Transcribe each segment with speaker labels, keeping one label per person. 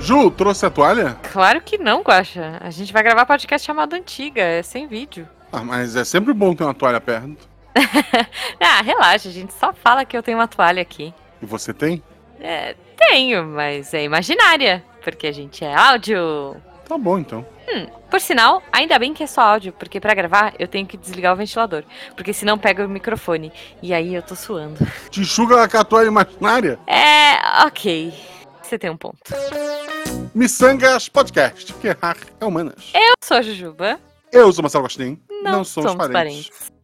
Speaker 1: Ju, trouxe a toalha?
Speaker 2: Claro que não, Guaxa. A gente vai gravar podcast chamado Antiga, é sem vídeo.
Speaker 1: Ah, mas é sempre bom ter uma toalha perto.
Speaker 2: ah, relaxa, a gente só fala que eu tenho uma toalha aqui.
Speaker 1: E você tem?
Speaker 2: É, tenho, mas é imaginária, porque a gente é áudio.
Speaker 1: Tá bom então.
Speaker 2: Hum, por sinal, ainda bem que é só áudio, porque para gravar eu tenho que desligar o ventilador, porque senão pega o microfone e aí eu tô suando.
Speaker 1: Te enxuga com a toalha imaginária?
Speaker 2: É, ok. Você tem um ponto.
Speaker 1: Missangas Podcast, que errar é humanas.
Speaker 2: Eu sou a Jujuba.
Speaker 1: Eu sou Marcelo Agostinho.
Speaker 2: Não somos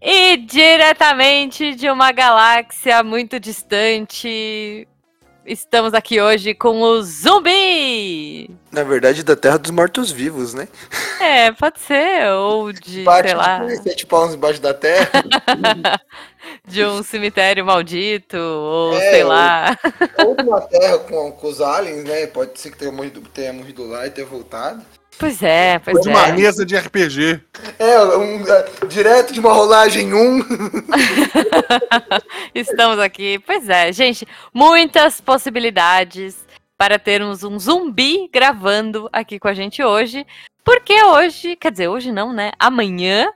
Speaker 2: e diretamente de uma galáxia muito distante, estamos aqui hoje com o Zumbi.
Speaker 3: Na verdade, da Terra dos Mortos-Vivos, né?
Speaker 2: É, pode ser ou de, sei lá,
Speaker 3: tipo, sete palmos embaixo da Terra.
Speaker 2: de um cemitério maldito ou
Speaker 3: É,
Speaker 2: sei
Speaker 3: ou-
Speaker 2: lá.
Speaker 3: ou uma Terra com, com os aliens, né? Pode ser que tenha morrido, tenha morrido lá e tenha voltado.
Speaker 2: Pois é, pois
Speaker 1: Uma
Speaker 2: é.
Speaker 1: mesa de RPG.
Speaker 3: É, um, é, direto de uma rolagem 1.
Speaker 2: Estamos aqui. Pois é, gente, muitas possibilidades para termos um zumbi gravando aqui com a gente hoje. Porque hoje, quer dizer, hoje não, né? Amanhã,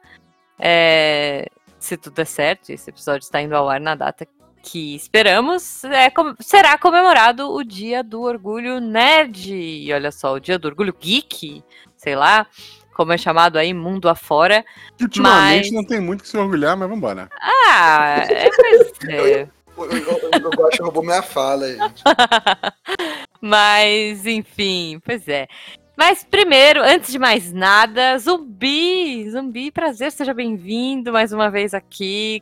Speaker 2: é, se tudo der certo, esse episódio está indo ao ar na data que esperamos, é, com- será comemorado o Dia do Orgulho Nerd. E olha só, o Dia do Orgulho Geek, sei lá, como é chamado aí, mundo afora.
Speaker 1: Que ultimamente
Speaker 2: Mas-
Speaker 1: não tem muito que se orgulhar, mas vambora.
Speaker 2: Ah, é, pois é.
Speaker 3: Eu, eu, eu, eu gosto roubou minha fala, gente.
Speaker 2: Mas, enfim, pois é. Mas primeiro, antes de mais nada, zumbi! Zumbi, prazer, seja bem-vindo mais uma vez aqui.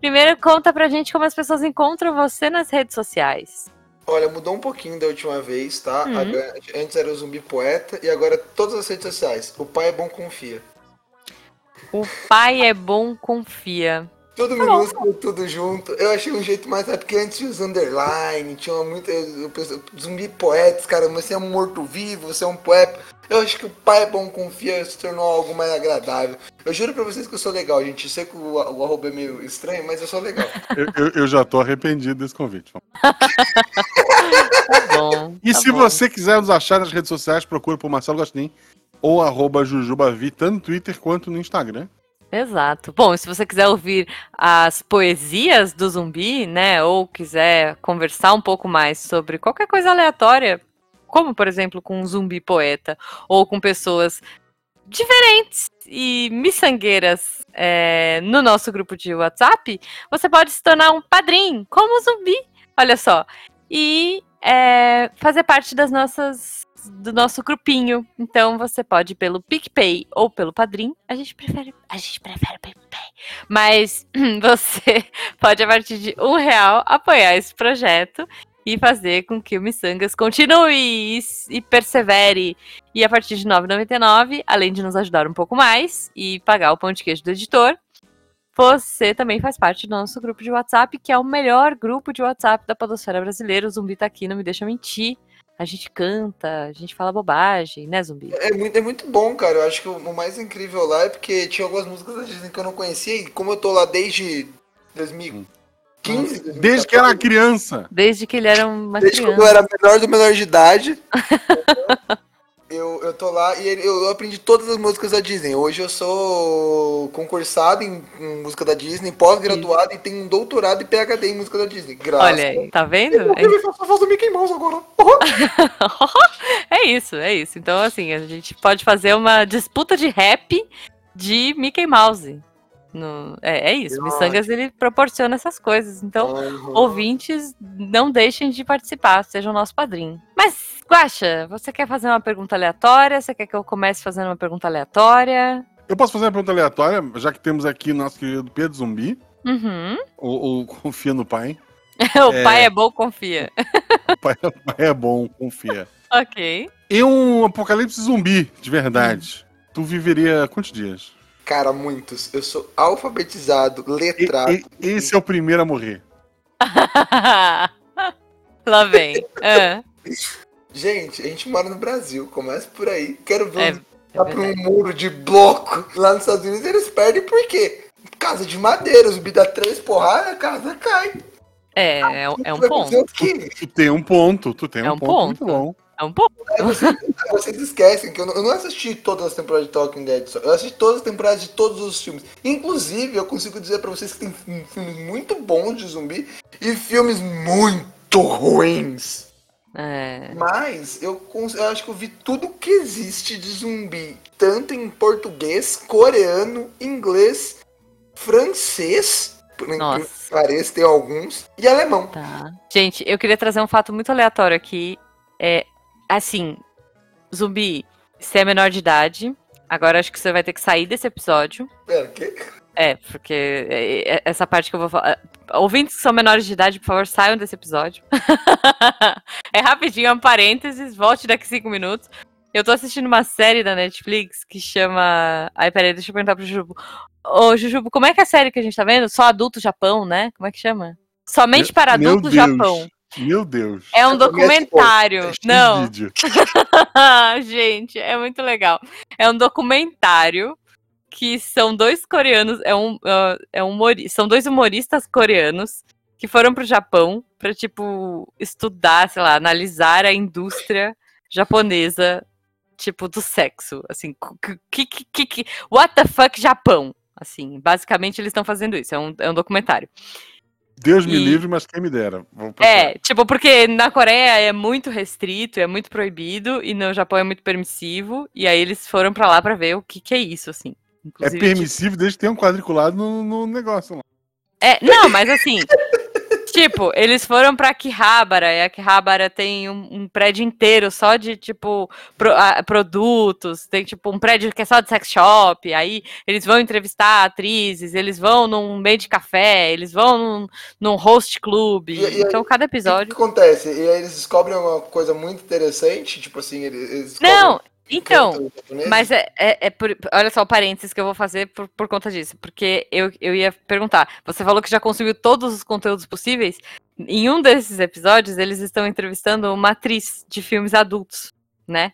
Speaker 2: Primeiro, conta pra gente como as pessoas encontram você nas redes sociais.
Speaker 3: Olha, mudou um pouquinho da última vez, tá?
Speaker 2: Uhum.
Speaker 3: Agora- antes era o zumbi poeta e agora todas as redes sociais. O pai é bom, confia.
Speaker 2: O pai é bom, confia.
Speaker 3: Tudo minúsculo, tudo junto. Eu achei um jeito mais. É porque antes tinha os underline, tinha muito. eu- eu penso- Zumbi poetas, cara, mas você é um morto-vivo, você é um poeta. Eu acho que o pai é bom confia se tornou algo mais agradável. Eu juro pra vocês que eu sou legal, gente. Eu sei que o, o arroba é meio estranho, mas eu sou legal.
Speaker 1: Eu, eu- eu já tô arrependido desse convite.
Speaker 2: Tá bom.
Speaker 1: E
Speaker 2: tá
Speaker 1: se
Speaker 2: bom.
Speaker 1: você quiser nos achar nas redes sociais, procura por Marcelo Agostinho ou arroba Jujubavi, tanto no Twitter quanto no Instagram.
Speaker 2: Exato. Bom, e se você quiser ouvir as poesias do zumbi, né, ou quiser conversar um pouco mais sobre qualquer coisa aleatória, como por exemplo com um zumbi poeta, ou com pessoas diferentes e miçangueiras é, no nosso grupo de WhatsApp, você pode se tornar um padrinho, como o zumbi, olha só, e é, fazer parte das nossas do nosso grupinho. Então você pode ir pelo PicPay ou pelo Padrim. A gente prefere, a gente prefere o PicPay. Mas você pode, a partir de um real, apoiar esse projeto e fazer com que o Missangas continue e, s- e persevere. E a partir de R$ 9,99, além de nos ajudar um pouco mais e pagar o pão de queijo do editor, você também faz parte do nosso grupo de WhatsApp, que é o melhor grupo de WhatsApp da podosfera brasileira. O Zumbi tá aqui, não me deixa mentir. A gente canta, a gente fala bobagem, né, Zumbi?
Speaker 3: É muito, é muito bom, cara. Eu acho que o mais incrível lá é porque tinha algumas músicas da Disney que eu não conhecia e como eu tô lá desde 2015.
Speaker 1: Desde que era criança.
Speaker 2: Desde que ele era uma
Speaker 3: Desde quando eu
Speaker 2: criança.
Speaker 3: era menor do menor de idade. eu, eu tô lá e ele- eu aprendi todas as músicas da Disney. Hoje eu sou concursado em, em música da Disney, pós-graduado e tenho um doutorado e PhD em música da Disney. Graças.
Speaker 2: Olha aí, tá vendo?
Speaker 3: Eu
Speaker 2: É-
Speaker 3: também faço a voz do Mickey Mouse agora. Uhum.
Speaker 2: é isso, é isso. Então, assim, a gente pode fazer uma disputa de rap de Mickey Mouse. No- é, é isso. O Missangas ele proporciona essas coisas. Então, ouvintes, não deixem de participar, sejam nosso padrinho. Mas, Guaxa, você quer fazer uma pergunta aleatória? Você quer que eu comece fazendo uma pergunta aleatória?
Speaker 1: Eu posso fazer uma pergunta aleatória, já que temos aqui nosso querido Pedro Zumbi,
Speaker 2: Uhum.
Speaker 1: ou, ou confia no pai.
Speaker 2: o pai é bom, confia.
Speaker 1: O pai, o pai é bom, confia.
Speaker 2: ok.
Speaker 1: E um apocalipse zumbi, de verdade. Tu viveria quantos dias?
Speaker 3: Cara, muitos. Eu sou alfabetizado,
Speaker 1: E-
Speaker 3: letrado.
Speaker 1: e- esse é o primeiro a morrer.
Speaker 2: Lá vem. Ah,
Speaker 3: Gente, a gente mora no Brasil. Começa por aí. Quero ver
Speaker 2: É,
Speaker 3: os
Speaker 2: é
Speaker 3: Tá pra
Speaker 2: verdade.
Speaker 3: um muro de bloco. Lá nos Estados Unidos eles perdem por quê? Casa de madeira, os zumbi dá três porradas, a casa cai.
Speaker 2: É, é, é um
Speaker 3: Vai fazer
Speaker 2: ponto.
Speaker 3: o quê?
Speaker 1: Tu tem um ponto, tu tem
Speaker 2: É
Speaker 1: um,
Speaker 2: um
Speaker 1: ponto, muito
Speaker 2: ponto.
Speaker 1: bom.
Speaker 2: É um ponto.
Speaker 3: Aí vocês, aí vocês esquecem que eu não, eu não assisti todas as temporadas de Talking Dead só. Eu assisti todas as temporadas de todos os filmes. Inclusive, eu consigo dizer pra vocês que tem fi- filmes muito bons de zumbi e filmes muito ruins.
Speaker 2: É.
Speaker 3: Mas eu, cons- eu acho que eu vi tudo que existe de zumbi. Tanto em português, coreano, inglês, francês. Por incrível
Speaker 2: Nossa.
Speaker 3: que pareça, tem alguns. E alemão.
Speaker 2: Tá. Gente, eu queria trazer um fato muito aleatório aqui. É, assim, zumbi, você é menor de idade. Agora acho que você vai ter que sair desse episódio.
Speaker 3: Pera, que?
Speaker 2: É, porque é, é, essa parte que eu vou falar. Ouvintes que são menores de idade, por favor, saiam desse episódio. é rapidinho, é um parênteses, volte daqui cinco minutos. Eu tô assistindo uma série da Netflix que chama. Ai, peraí, deixa eu perguntar pro Jujubo. Ô, Jujubo, como é que é a série que a gente tá vendo? Só adulto Japão, né? Como é que chama? Somente
Speaker 1: Meu-
Speaker 2: para
Speaker 1: meu
Speaker 2: adulto
Speaker 1: Deus. tipo,
Speaker 2: Japão.
Speaker 1: Meu Deus.
Speaker 2: É um
Speaker 3: Eu conheço
Speaker 2: documentário.
Speaker 1: Esse
Speaker 2: É, Não.
Speaker 1: vídeo.
Speaker 2: Gente, é muito legal. É um documentário que são dois coreanos, é um, ah, é um humori- são dois humoristas coreanos que foram pro Japão para tipo estudar, sei lá, analisar a indústria japonesa, tipo do sexo, assim, cu- cu- que, que, que, que- what the fuck Japão, assim, basicamente eles estão fazendo isso. É um, é um documentário.
Speaker 1: Deus me
Speaker 2: E-
Speaker 1: livre, mas quem me dera. Vou procurar.
Speaker 2: É, tipo, porque na Coreia é muito restrito, é muito proibido, e no Japão é muito permissivo, e aí eles foram pra lá pra ver o que que é isso, assim.
Speaker 1: É
Speaker 2: Inclusive,
Speaker 1: permissivo desde que tenha um quadriculado no, no negócio lá.
Speaker 2: é, não, mas assim, tipo, eles foram pra Akihabara, e Akihabara tem um, um prédio inteiro só de, tipo, pro- ah, produtos, tem, tipo, um prédio que é só de sex shop, aí eles vão entrevistar atrizes, eles vão num meio de café, eles vão num, num host club,
Speaker 3: E- e aí-
Speaker 2: então cada
Speaker 3: O que,
Speaker 2: episódio...
Speaker 3: que acontece? E aí eles descobrem uma coisa muito interessante, tipo assim, eles, eles descobrem
Speaker 2: Não,
Speaker 3: que
Speaker 2: então...
Speaker 3: canto japonês.
Speaker 2: Mas é, é, é por- olha só o parênteses que eu vou fazer por, por conta disso, porque eu, eu ia perguntar. Você falou que já consumiu todos os conteúdos possíveis. Em um desses episódios, eles estão entrevistando uma atriz de filmes adultos, né?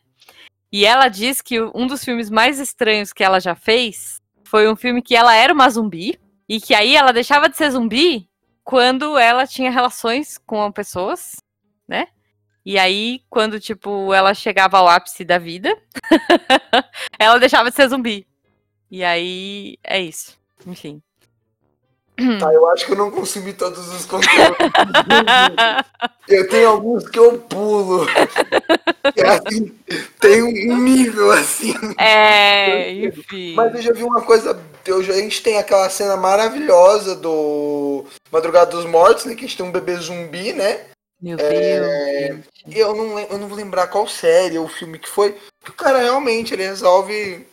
Speaker 2: E ela diz que o- um dos filmes mais estranhos que ela já fez foi um filme que ela era uma zumbi e que aí ela deixava de ser zumbi quando ela tinha relações com pessoas, né? E aí, quando, tipo, ela chegava ao ápice da vida, ela deixava de ser zumbi. E aí, é isso. Enfim.
Speaker 3: Tá, eu acho que eu não consumi todos os conteúdos. eu tenho alguns que eu pulo. É assim, tem um nível assim.
Speaker 2: é, enfim.
Speaker 3: Mas eu já vi uma coisa. eu já- a gente tem aquela cena maravilhosa do Madrugada dos Mortos, né? Que a gente tem um bebê zumbi, né?
Speaker 2: Meu
Speaker 3: é,
Speaker 2: Deus. gente.
Speaker 3: E Eu não, lem- eu não vou lembrar qual série ou filme que foi. Que o cara realmente ele resolve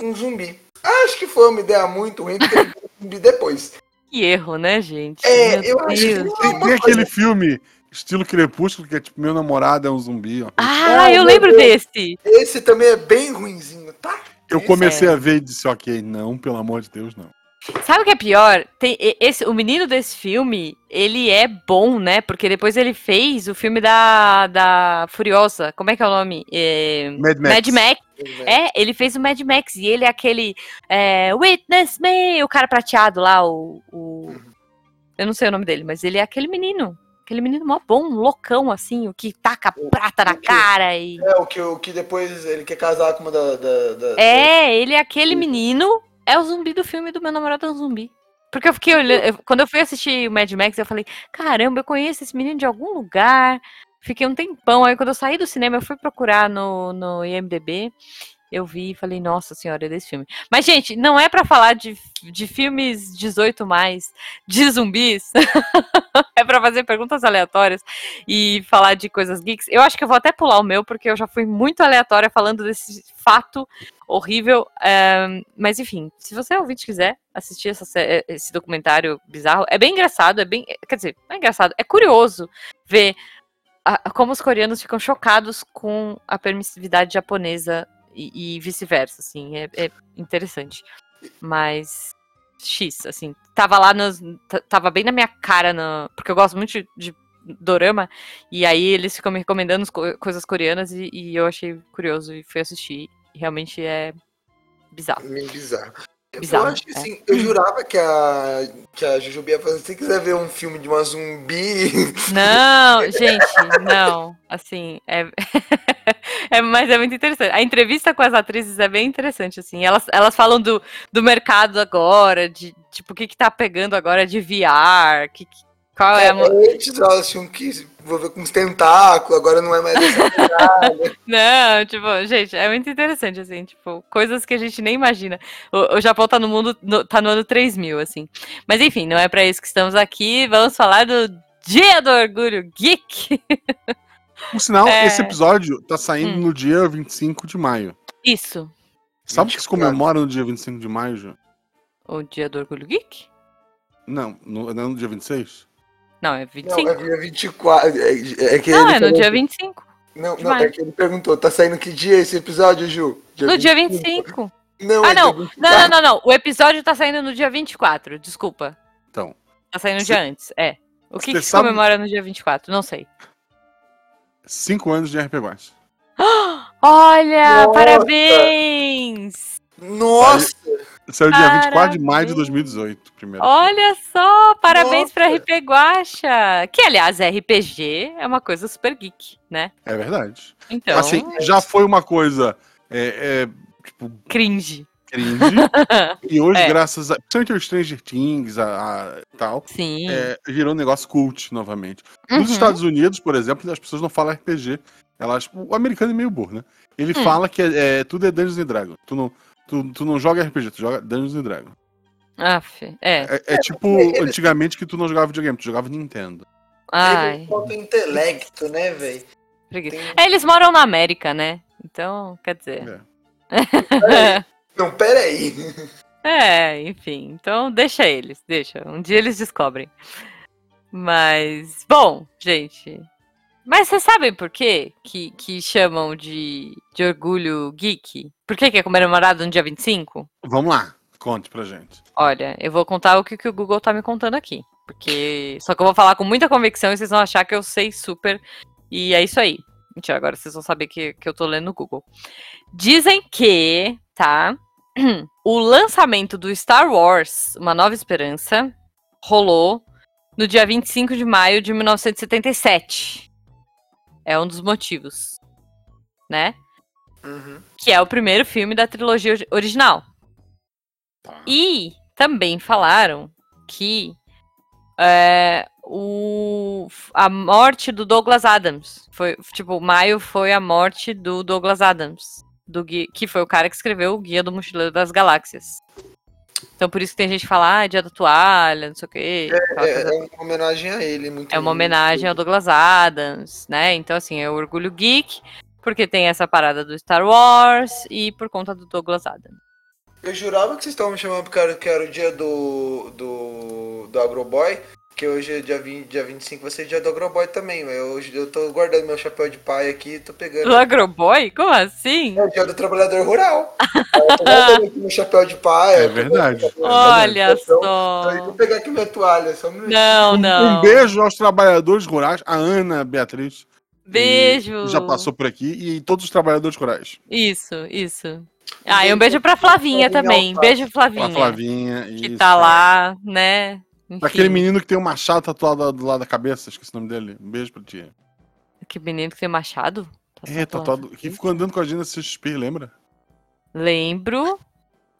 Speaker 3: um zumbi. Acho que foi uma ideia muito ruim, porque ele virou zumbi depois.
Speaker 2: Que erro, né, gente?
Speaker 3: É,
Speaker 2: Meu
Speaker 3: eu acho que
Speaker 2: Deus.
Speaker 3: não é
Speaker 1: Tem,
Speaker 3: uma
Speaker 1: tem
Speaker 3: coisa-
Speaker 1: aquele filme estilo crepúsculo que é tipo meu namorado é um zumbi. Ó.
Speaker 2: Ah,
Speaker 3: Ai,
Speaker 2: eu
Speaker 3: meu
Speaker 2: lembro
Speaker 3: Deus.
Speaker 2: desse.
Speaker 3: Esse também é bem ruinzinho, tá?
Speaker 1: Eu
Speaker 2: é.
Speaker 3: Isso
Speaker 1: comecei a ver e disse, ok, não, pelo amor de Deus, não.
Speaker 2: Sabe o que é pior? Tem e- esse, o menino desse filme, ele é bom, né? Porque depois ele fez o filme da, da Furiosa. Como é que é o nome? É,
Speaker 1: Mad Max.
Speaker 2: Mad Max.
Speaker 3: né?
Speaker 2: É, ele fez o Mad Max e ele é aquele é, Witness Me, o cara prateado lá, o, o- Eu não sei o nome dele, mas ele é aquele menino. Aquele menino mó bom, loucão, assim, o que taca prata na cara e.
Speaker 3: É o que, o que depois ele quer casar com uma da. da, da-
Speaker 2: É, ele é aquele menino, é o zumbi do filme do meu namorado é um zumbi. Porque eu fiquei olhando. eu- quando eu fui assistir o Mad Max, eu falei, caramba, eu conheço esse menino de algum lugar. Fiquei um tempão. Aí quando eu saí do cinema, eu fui procurar no, no IMDB. Eu vi e falei, nossa senhora, é desse filme. Mas, gente, não é pra falar de, de filmes 18 mais, de zumbis. é pra fazer perguntas aleatórias e falar de coisas geeks. Eu acho que eu vou até pular o meu, porque eu já fui muito aleatória falando desse fato horrível. ehm, mas enfim, se você ouvinte quiser assistir essa sé- eh, esse documentário bizarro, é bem engraçado, é bem. Quer dizer, não é engraçado, é curioso ver a- como os coreanos ficam chocados com a permissividade japonesa e, e vice-versa, assim, é, é interessante. Mas. X, assim, tava lá nos. t- Tava bem na minha cara, no, porque eu gosto muito de, de dorama, e aí eles ficam me recomendando as co- coisas coreanas e, e eu achei curioso e fui assistir. e Realmente é bizarro.
Speaker 3: Meio bizarro.
Speaker 2: Bizarro,
Speaker 3: eu acho que
Speaker 2: é.
Speaker 3: assim, eu jurava que a, que a Jujuba ia fazer. Se você quiser ver um filme de uma zumbi.
Speaker 2: Não, gente, não. Assim, é... é- Mas é muito interessante. A entrevista com as atrizes é bem interessante, assim. Elas, elas falam do, do mercado agora, de tipo, o que, que tá pegando agora de VR, que, que- qual é a. mo-
Speaker 3: Antes elas tinham que envolver com uns tentáculos, agora não é mais assim.
Speaker 2: Não, tipo, gente, é muito interessante, assim, tipo, coisas que a gente nem imagina. O, o Japão tá no mundo, no, tá no ano 3000, assim. Mas enfim, não é pra isso que estamos aqui. Vamos falar do Dia do Orgulho Geek.
Speaker 1: Por sinal,
Speaker 2: É.
Speaker 1: esse episódio tá saindo
Speaker 2: Hum.
Speaker 1: no dia 25 de maio.
Speaker 2: Isso,
Speaker 1: Sabe o que se
Speaker 3: 24.
Speaker 1: comemora no dia 25 de maio, Ju?
Speaker 2: o Dia do Orgulho Geek?
Speaker 1: Não, no, não é no dia 26?
Speaker 2: Não, é
Speaker 3: Não,
Speaker 2: 25.
Speaker 3: é dia 24. É, é que
Speaker 2: Não,
Speaker 3: ele
Speaker 2: é no
Speaker 3: falou-
Speaker 2: dia 25.
Speaker 3: Não, não,
Speaker 2: demais.
Speaker 3: é que ele perguntou, tá saindo que dia esse episódio, Ju?
Speaker 2: No dia 25.
Speaker 3: Não,
Speaker 2: Ah,
Speaker 3: é dia
Speaker 2: não.
Speaker 3: 24.
Speaker 2: Não, não, não, não. O episódio tá saindo no dia 24, desculpa.
Speaker 1: Então,
Speaker 2: Tá saindo um
Speaker 1: Cê-
Speaker 2: dia antes, é. O que,
Speaker 1: cê
Speaker 2: que se
Speaker 1: sabe-
Speaker 2: comemora no dia 24? Não sei.
Speaker 1: 5 anos de RP Guacha.
Speaker 2: Olha,
Speaker 3: Nossa!
Speaker 2: parabéns!
Speaker 3: Nossa!
Speaker 1: Saiu é dia 24 de maio de
Speaker 2: Parabéns.
Speaker 1: 2018, primeiro.
Speaker 2: Olha só, parabéns pra
Speaker 3: Nossa!
Speaker 2: RP Guacha! Que, aliás, RPG é uma coisa super geek, né?
Speaker 1: É verdade.
Speaker 2: Então,
Speaker 1: assim, já foi uma coisa é, é, tipo,
Speaker 2: cringe.
Speaker 1: cringe. e hoje,
Speaker 2: É.
Speaker 1: graças a. Principalmente os Stranger Things, a, a- tal,
Speaker 2: Sim.
Speaker 1: é, virou um negócio cult novamente.
Speaker 2: Uhum.
Speaker 1: Nos Estados Unidos, por exemplo, as pessoas não falam RPG. Elas, o americano é meio burro, né? Ele
Speaker 2: Hum.
Speaker 1: fala que é, é- tudo é Dungeons and Dragons. Tu não, tu, tu não joga RPG, tu joga Dungeons and Dragons.
Speaker 2: Aff, é.
Speaker 1: É, é tipo
Speaker 3: ele-
Speaker 1: antigamente que tu não jogava videogame, tu jogava Nintendo.
Speaker 2: Ai,
Speaker 3: é um Falta intelecto, né, velho?
Speaker 2: preguiça.
Speaker 3: Tem-
Speaker 2: É, eles moram na América, né? Então, quer dizer.
Speaker 1: É.
Speaker 3: Não, peraí.
Speaker 2: É, enfim. Então, deixa eles, deixa. Um dia eles descobrem. Mas, bom, gente. Mas vocês sabem por quê que, que chamam de, de orgulho geek? Por que, que é comemorado no dia 25?
Speaker 1: Vamos lá, conte pra gente.
Speaker 2: Olha, eu vou contar o que, que o Google tá me contando aqui. Porque. Só que eu vou falar com muita convicção e vocês vão achar que eu sei super. E é isso aí. Mentira, agora vocês vão saber que, que eu tô lendo no Google. Dizem que, tá? O lançamento do Star Wars, Uma Nova Esperança, rolou no dia 25 de maio de 1977. É um dos motivos, né?
Speaker 3: Uhum.
Speaker 2: Que é o primeiro filme da trilogia ori- original.
Speaker 1: Tá.
Speaker 2: E também falaram que é, o, a morte do Douglas Adams. Foi, tipo, maio foi a morte do Douglas Adams. Do guia, que foi o cara que escreveu o Guia do Mochileiro das Galáxias. Então por isso que tem gente que fala, ah, dia da toalha, não sei o quê. aquela
Speaker 3: É,
Speaker 2: coisa
Speaker 3: é uma homenagem a ele. Muito
Speaker 2: Tá, é uma homenagem ao Douglas Adams, né? Então, assim, é o Orgulho Geek, porque tem essa parada do Star Wars e por conta do Douglas Adams.
Speaker 3: Eu jurava que vocês estavam me chamando porque era, que era o dia do, do, do Agroboy, que hoje é dia, 20, dia 25, vai ser dia do Agroboy também. mas Eu, eu tô guardando meu chapéu de pai aqui, tô
Speaker 2: Do
Speaker 3: pegando.
Speaker 2: Agroboy? Como assim?
Speaker 3: É o dia do trabalhador rural. Eu tô guardando aqui meu chapéu de pai.
Speaker 1: É
Speaker 3: eu tô-
Speaker 1: verdade. é verdade.
Speaker 2: Olha
Speaker 3: Então,
Speaker 2: só.
Speaker 3: Peraí, Vou pegar aqui minha toalha, só um minuto.
Speaker 2: Não, não.
Speaker 1: Um beijo aos trabalhadores rurais, a Ana a Beatriz.
Speaker 2: Beijo.
Speaker 1: que Já passou por aqui e todos os trabalhadores rurais.
Speaker 2: Isso, isso. Ah, e um beijo pra Flavinha
Speaker 3: Flavinha
Speaker 2: também.
Speaker 3: Alface.
Speaker 2: Beijo,
Speaker 1: A
Speaker 2: Flavinha.
Speaker 1: Flavinha.
Speaker 2: Que
Speaker 1: isso,
Speaker 2: tá
Speaker 1: é.
Speaker 2: lá, né? Enfim,
Speaker 1: Aquele menino que tem um machado tatuado do lado da cabeça, esqueci o nome dele. Um beijo pra ti.
Speaker 2: Que menino que tem machado. Tá
Speaker 1: É,
Speaker 2: tatuado.
Speaker 1: tatuado. Que ficou andando com a Gina CXP, lembra?
Speaker 2: Lembro,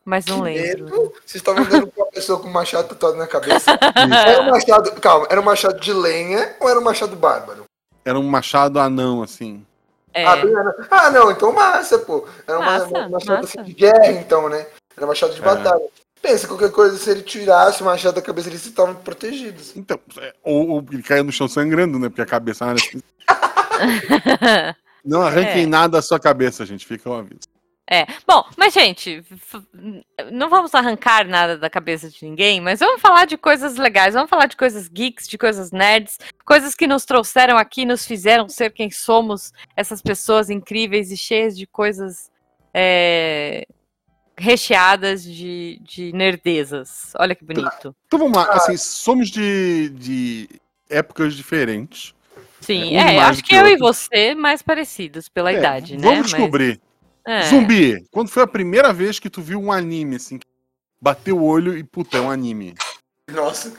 Speaker 2: mas não lembro.
Speaker 3: Medo. Vocês estavam vendo uma pessoa com um machado tatuado na cabeça. Era um machado, calma, era um machado de lenha ou era um machado bárbaro?
Speaker 1: Era um machado anão, assim.
Speaker 2: É.
Speaker 3: Ah, bem, era- ah, não, então massa, pô. Era uma-
Speaker 2: Massa,
Speaker 3: uma- um machado
Speaker 2: massa.
Speaker 3: assim de guerra, então, né? Era um machado de
Speaker 1: É.
Speaker 3: batalha. Pensa, qualquer coisa, se ele tirasse o machado da cabeça, eles estavam protegidos.
Speaker 1: Então, é, ou, ou ele caiu no chão sangrando, né? Porque a cabeça. era assim. Não arranquem
Speaker 2: É.
Speaker 1: nada da sua cabeça, gente. Fica o aviso.
Speaker 2: É. Bom, mas, gente, f- n- não vamos arrancar nada da cabeça de ninguém, mas vamos falar de coisas legais, vamos falar de coisas geeks, de coisas nerds, coisas que nos trouxeram aqui, nos fizeram ser quem somos, essas pessoas incríveis e cheias de coisas é, recheadas de, de nerdezas. Olha que bonito.
Speaker 1: Então vamos lá. Assim, somos de, de épocas diferentes.
Speaker 2: Sim,
Speaker 1: um
Speaker 2: é,
Speaker 1: mais
Speaker 2: acho
Speaker 1: do
Speaker 2: que
Speaker 1: que
Speaker 2: eu e
Speaker 1: outro.
Speaker 2: você mais parecidos pela
Speaker 1: É,
Speaker 2: idade, né?
Speaker 1: vamos
Speaker 2: Mas-
Speaker 1: descobrir.
Speaker 2: é.
Speaker 1: Zumbi, quando foi a primeira vez que tu viu um anime, assim, bateu o olho e puta, é um anime.
Speaker 3: Nossa,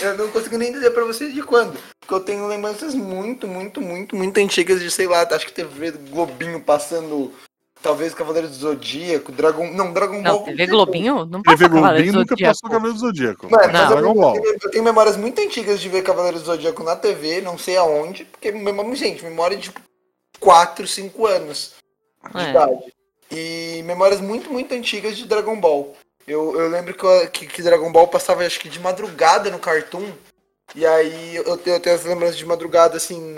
Speaker 3: eu não consigo nem dizer pra vocês de quando. Porque eu tenho lembranças muito, muito, muito, muito antigas de, sei lá, acho que teve Globinho passando. Talvez Cavaleiro do Zodíaco, Dragon. Não, Dragon Ball.
Speaker 2: Não, TV Globinho não passa
Speaker 1: TV
Speaker 2: Cavaleiro
Speaker 1: Globinho
Speaker 2: do
Speaker 1: nunca passou
Speaker 2: Zodíaco.
Speaker 1: Cavaleiro do Zodíaco. um
Speaker 3: Não,
Speaker 1: Mas
Speaker 2: Não.
Speaker 3: mas
Speaker 1: Dragon
Speaker 3: eu,
Speaker 1: Ball.
Speaker 3: tenho, eu tenho memórias muito antigas de ver Cavaleiro do Zodíaco na TV, não sei aonde, porque, memória- gente, memória de 4, 5 anos de
Speaker 2: É.
Speaker 3: idade. E memórias muito, muito antigas de Dragon Ball. Eu, eu lembro que, eu- que, que Dragon Ball passava, acho que de madrugada no Cartoon, e aí eu, tenho- eu tenho as lembranças de madrugada, assim,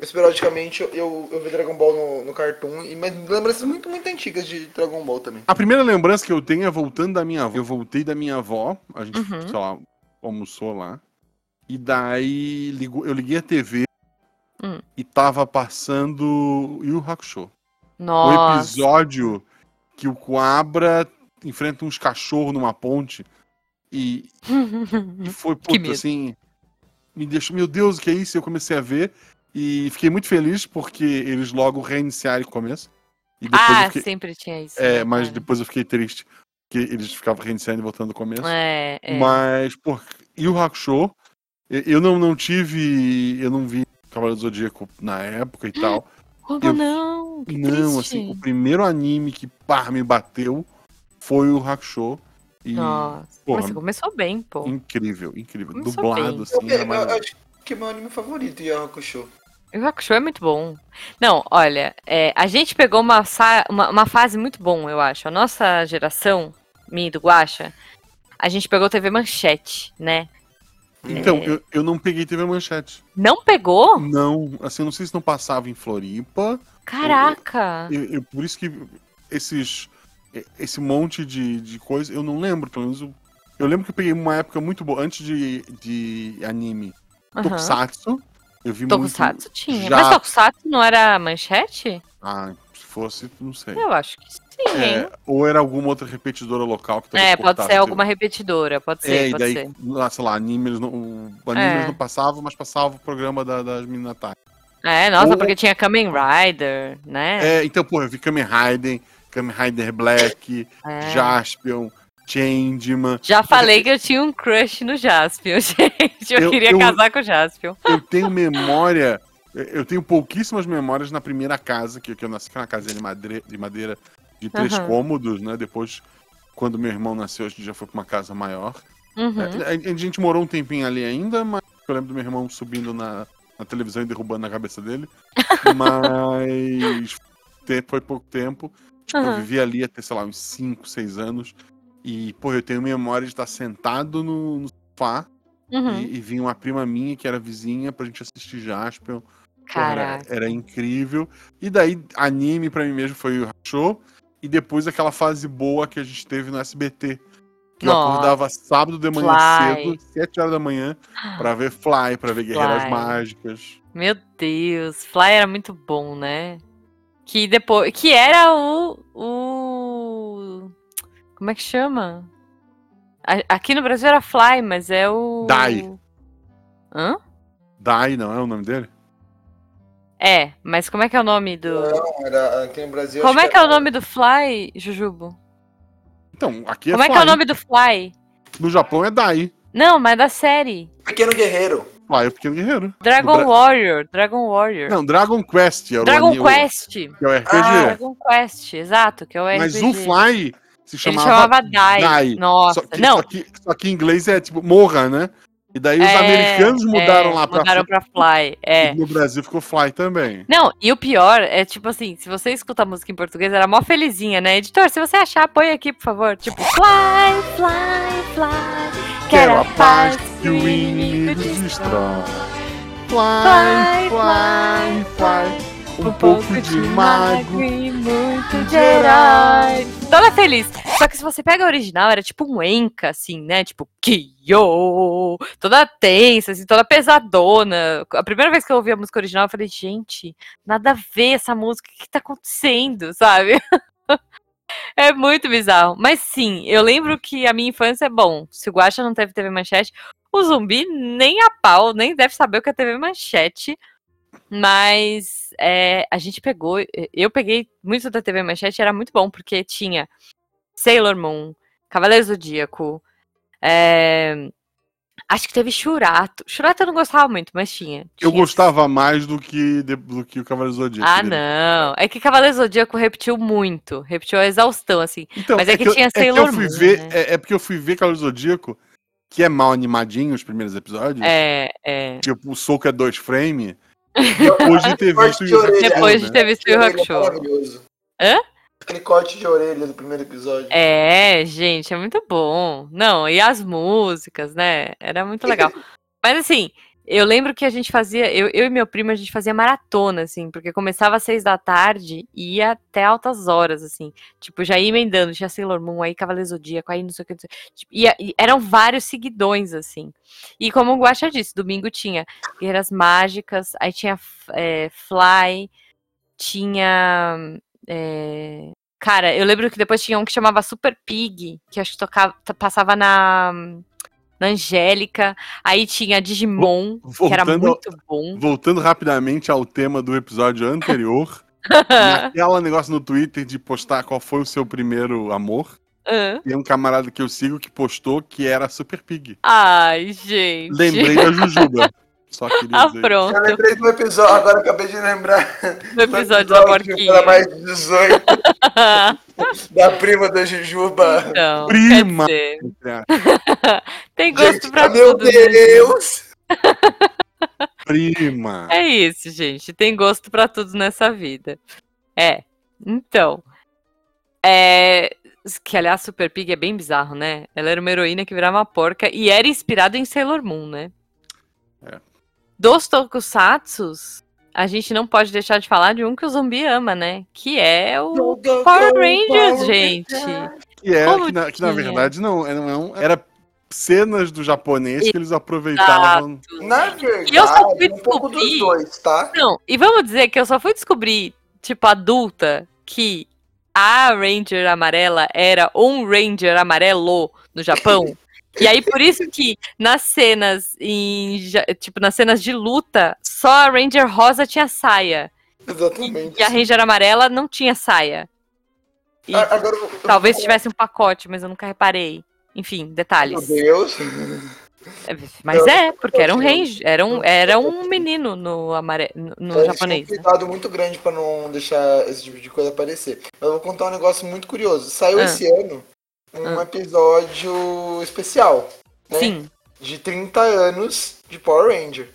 Speaker 3: esporadicamente eu, eu, eu vi Dragon Ball no, no Cartoon, e, mas lembranças muito, muito antigas de Dragon Ball também.
Speaker 1: A primeira lembrança que eu tenho é voltando da minha avó. Eu voltei da minha avó, a gente,
Speaker 2: Uhum.
Speaker 1: sei lá, almoçou lá. E daí ligou- eu liguei a TV
Speaker 2: Hum.
Speaker 1: e tava passando Yu Hakusho. O
Speaker 2: Nossa.
Speaker 1: episódio que o Coabra enfrenta uns cachorros numa ponte. E, e foi,
Speaker 2: Hum. medo.
Speaker 1: puta, assim. Me deixou, meu Deus, o que é isso? Eu comecei a ver. E fiquei muito feliz porque eles logo reiniciaram o começo. E depois eu
Speaker 2: ah,
Speaker 1: fiquei,
Speaker 2: sempre tinha isso.
Speaker 1: é,
Speaker 2: né,
Speaker 1: mas
Speaker 2: cara?
Speaker 1: depois eu fiquei triste. Porque eles ficavam reiniciando e voltando do começo.
Speaker 2: É, é.
Speaker 1: Mas, pô, e o Hakusho? Eu- Eu não, não tive. Eu não vi Cavaleiro do Zodíaco na época e tal.
Speaker 2: Como
Speaker 1: eu-
Speaker 2: não? Ah, Que
Speaker 1: não,
Speaker 2: triste.
Speaker 1: assim, o primeiro anime que pá, me bateu foi o Hakusho. E,
Speaker 2: Nossa,
Speaker 1: porra, Hum.
Speaker 2: mas você começou bem, pô.
Speaker 1: incrível, incrível.
Speaker 2: Começou
Speaker 1: Dublado,
Speaker 2: bem.
Speaker 1: assim,
Speaker 3: Eu-
Speaker 1: era
Speaker 3: eu- eu
Speaker 1: maravilhoso.
Speaker 3: acho que é meu anime favorito, Yu Yu Hakusho.
Speaker 2: E O Hakusho é muito bom. Não, olha, é, a gente pegou uma, sa- uma, uma fase muito bom, eu acho. A nossa geração, minha e do Guaxa, a gente pegou TV Manchete, né?
Speaker 1: Então,
Speaker 2: É.
Speaker 1: eu, eu não peguei TV Manchete.
Speaker 2: Não pegou?
Speaker 1: Não, assim, eu não sei se não passava em Floripa.
Speaker 2: Caraca!
Speaker 1: Eu, eu- por isso que esses, esse monte de, de coisa, eu não lembro, pelo menos. Eu, eu lembro que eu peguei uma época muito boa, antes de, de anime.
Speaker 2: Aham.
Speaker 1: Tokusatsu. Eu vi muito.
Speaker 2: Tokusatsu tinha.
Speaker 1: já-
Speaker 2: Mas Tokusatsu não era manchete?
Speaker 1: Ah, se fosse, não sei.
Speaker 2: Eu acho que sim, hein?
Speaker 1: É, ou era alguma outra repetidora local que talvez
Speaker 2: É, pode ser
Speaker 1: cortasse.
Speaker 2: alguma repetidora, pode ser,
Speaker 1: É, e
Speaker 2: pode
Speaker 1: daí,
Speaker 2: ser.
Speaker 1: lá, sei lá, anime, eles não, o anime
Speaker 2: É.
Speaker 1: eles não passavam, mas passava o programa da- das meninas tarde.
Speaker 2: É, nossa,
Speaker 1: Ou-
Speaker 2: porque tinha Kamen Rider, né?
Speaker 1: É, então, pô, eu vi Kamen Rider, Kamen Rider Black,
Speaker 2: É.
Speaker 1: Jaspion, Changeman.
Speaker 2: Já falei que eu tinha um crush no Jaspion, gente. Eu,
Speaker 1: Eu-
Speaker 2: queria
Speaker 1: eu-
Speaker 2: casar com o Jaspion.
Speaker 1: eu tenho memória. eu- Eu tenho pouquíssimas memórias na primeira casa, que, que eu nasci que era uma casinha de madeira de, madeira de três
Speaker 2: Aham.
Speaker 1: cômodos, né? Depois, quando meu irmão nasceu, a gente já foi pra uma casa maior.
Speaker 2: Uhum.
Speaker 1: A, a- a gente morou um tempinho ali ainda, mas eu lembro do meu irmão subindo na, na televisão e derrubando na cabeça dele. mas te- foi pouco tempo. Tipo, Eu
Speaker 2: Aham.
Speaker 1: vivi ali até, sei lá, uns 5, 6 anos. E, pô, eu tenho memória de estar sentado no, no sofá
Speaker 2: Uhum.
Speaker 1: É, e, e vinha uma prima minha que era vizinha pra gente assistir Jaspion. Porra, era,
Speaker 2: Caraca.
Speaker 1: era incrível. E daí, anime pra mim mesmo foi o Show. E depois aquela fase boa que a gente teve no SBT. Que eu
Speaker 2: Nossa.
Speaker 1: acordava sábado de manhã
Speaker 2: Fly.
Speaker 1: cedo, 7 horas da manhã, pra ver Fly, pra ver Guerreiras
Speaker 2: Fly.
Speaker 1: Mágicas.
Speaker 2: Meu Deus, Fly era muito bom, né? Que depois. Que era o. o... Como é que chama? A- Aqui no Brasil era Fly, mas é o.
Speaker 1: Dai.
Speaker 2: Hã?
Speaker 1: Dai, não é o nome dele?
Speaker 2: É, mas como é que é o nome do.
Speaker 3: Não, era aqui no Brasil.
Speaker 2: Como
Speaker 3: acho
Speaker 2: é que é o nome do Fly, Jujubo?
Speaker 1: Então, aqui é
Speaker 2: Como é que
Speaker 1: Fly.
Speaker 2: é o nome do Fly?
Speaker 1: No Japão é Dai.
Speaker 2: Não, mas da série.
Speaker 3: Pequeno Guerreiro.
Speaker 1: Fly é o Pequeno Guerreiro.
Speaker 2: Dragon
Speaker 1: No Bra-
Speaker 2: Warrior. Dragon Warrior.
Speaker 1: Não, Dragon Quest. Era
Speaker 2: Dragon
Speaker 1: o, ani- o-
Speaker 2: Quest.
Speaker 1: Que é o
Speaker 3: Ah,
Speaker 1: RPG.
Speaker 2: Dragon Quest, exato, que é o RPG.
Speaker 1: Mas o Fly se
Speaker 2: Ele
Speaker 1: chamava,
Speaker 2: chamava Dai. Nossa,
Speaker 1: Só que,
Speaker 2: não.
Speaker 1: Só que, só que em inglês é tipo, morra, né? E daí os
Speaker 2: é,
Speaker 1: americanos mudaram
Speaker 2: é,
Speaker 1: lá pra Uhum.
Speaker 2: Mudaram pra Fly, é.
Speaker 1: E no Brasil ficou Fly também.
Speaker 2: Não, e o pior é, tipo assim, se você escuta a música em português, era mó felizinha, né? Editor, se você achar, põe aqui, por favor. Tipo, fly, fly, fly. Quero a paz que o inimigo destrói.
Speaker 1: Fly, fly, fly. Um pouco de mago.
Speaker 2: e muito de herói. Toda feliz. Só que se você pega a original, era tipo um enca, assim, né? Tipo, Kyo. Toda tensa, assim, toda pesadona. A primeira vez que eu ouvi a música original, eu falei, gente, nada a ver essa música. O que que tá acontecendo, sabe? É muito bizarro. Mas sim, eu lembro que a minha infância é bom. Se o Guacha não teve TV Manchete, o zumbi nem a pau, nem deve saber o que é TV Manchete. Mas é, a gente pegou, eu peguei muito da TV Manchete, era muito bom, porque tinha Sailor Moon, Cavaleiro Zodíaco. É, Acho que teve Churato. Churato eu não gostava muito, mas tinha.
Speaker 1: Eu
Speaker 2: Tinha.
Speaker 1: gostava mais do que, de- do que o Cavaleiro Zodíaco.
Speaker 2: Ah,
Speaker 1: dele.
Speaker 2: não. É que Cavaleiro Zodíaco repetiu muito. Repetiu a exaustão, assim.
Speaker 1: Então,
Speaker 2: Mas é que
Speaker 1: eu-
Speaker 2: tinha
Speaker 1: é
Speaker 2: Sailor
Speaker 1: eu fui
Speaker 2: Moon,
Speaker 1: ver,
Speaker 2: né?
Speaker 1: é, é porque eu fui ver Cavaleiro Zodíaco, que é mal animadinho os primeiros episódios.
Speaker 2: É, é.
Speaker 1: Tipo, o soco é dois frame. Depois de ter
Speaker 3: Corte
Speaker 1: visto o
Speaker 3: de orelha.
Speaker 1: Yu Hakusho,
Speaker 2: Depois
Speaker 1: né?
Speaker 2: de ter visto o Yu
Speaker 3: orelha é
Speaker 2: Hakusho.
Speaker 3: maravilhoso.
Speaker 2: Hã?
Speaker 3: Aquele corte de orelha do primeiro episódio.
Speaker 2: É, gente, é muito bom. Não, e as músicas, né? Era muito legal. Mas assim, eu lembro que a gente fazia, eu, eu e meu primo, a gente fazia maratona, assim, porque começava às seis da tarde e ia até altas horas, assim. Tipo, já ia emendando, tinha Sailor Moon, aí Cavaleiro Zodíaco, aí não sei o que, não sei o que. Tipo, ia- e eram vários seguidões, assim. E como o Guaxa disse, domingo tinha Guerreiras Mágicas, aí tinha eh, Fly, tinha. eh, Cara, eu lembro que depois tinha um que chamava Super Pig, que acho que tocava, passava na, na Angélica. Aí tinha Digimon, que era
Speaker 1: Voltando,
Speaker 2: muito bom.
Speaker 1: voltando rapidamente ao tema do episódio anterior,
Speaker 2: Ah.
Speaker 1: naquela negócio no Twitter de postar qual foi o seu primeiro amor,
Speaker 2: Hã?
Speaker 1: tem um camarada que eu sigo que postou que era Super Pig.
Speaker 2: Ai, gente.
Speaker 1: Lembrei da Jujuba. Só queria
Speaker 2: Ah,
Speaker 1: dizer.
Speaker 3: Já
Speaker 2: pronto.
Speaker 3: lembrei do episódio, agora acabei de lembrar.
Speaker 2: No
Speaker 3: do
Speaker 2: episódio da
Speaker 3: que Era
Speaker 2: porquinha.
Speaker 3: mais 18, da prima da Jujuba.
Speaker 2: Então,
Speaker 1: Prima.
Speaker 2: quer dizer,
Speaker 1: isso.
Speaker 2: tem gosto pra
Speaker 3: meu
Speaker 2: tudo. né, gente?
Speaker 3: Deus!
Speaker 1: Prima.
Speaker 2: É isso, gente. Tem gosto pra tudo nessa vida. É. Então. É. Que, aliás, Super Pig é bem bizarro, né? Ela era uma heroína que virava uma porca e era inspirado em Sailor Moon, né?
Speaker 1: É.
Speaker 2: Dos tokusatsus, a gente não pode deixar de falar de um que o zumbi ama, né? Que é o Power Rangers, gente.
Speaker 1: Que, é,
Speaker 2: Como
Speaker 1: que, na, que na
Speaker 2: tinha?
Speaker 1: verdade não, é- não é um- era cenas do japonês que eles aproveitavam.
Speaker 3: Na verdade,
Speaker 2: E eu só fui
Speaker 3: um pouco dos
Speaker 2: descobrir-
Speaker 3: dois, tá?
Speaker 2: Não, e vamos dizer que eu só fui descobrir, tipo, adulta, que a Ranger amarela era um Ranger amarelo no Japão. E aí, por isso que nas cenas em, ja- tipo, nas cenas de luta, só a Ranger rosa tinha saia.
Speaker 3: Exatamente.
Speaker 2: E a Ranger amarela não tinha saia. E
Speaker 3: A- Ah, Agora, eu-
Speaker 2: talvez tivesse um pacote, mas eu nunca reparei. Enfim,
Speaker 3: Meu
Speaker 2: detalhes.
Speaker 3: Deus.
Speaker 2: É, Mas é, porque era um
Speaker 3: Tá eu-
Speaker 2: ranger, era um, era um menino no, amare... no, no
Speaker 3: Eles tinham
Speaker 2: japonês.
Speaker 3: Um
Speaker 2: né?
Speaker 3: cuidado muito grande pra não deixar esse tipo de coisa aparecer. Eu vou contar um negócio muito curioso. Saiu
Speaker 2: Ah.
Speaker 3: esse ano um
Speaker 2: Ah.
Speaker 3: episódio especial né?
Speaker 2: Sim,
Speaker 3: de 30 anos de Power Ranger.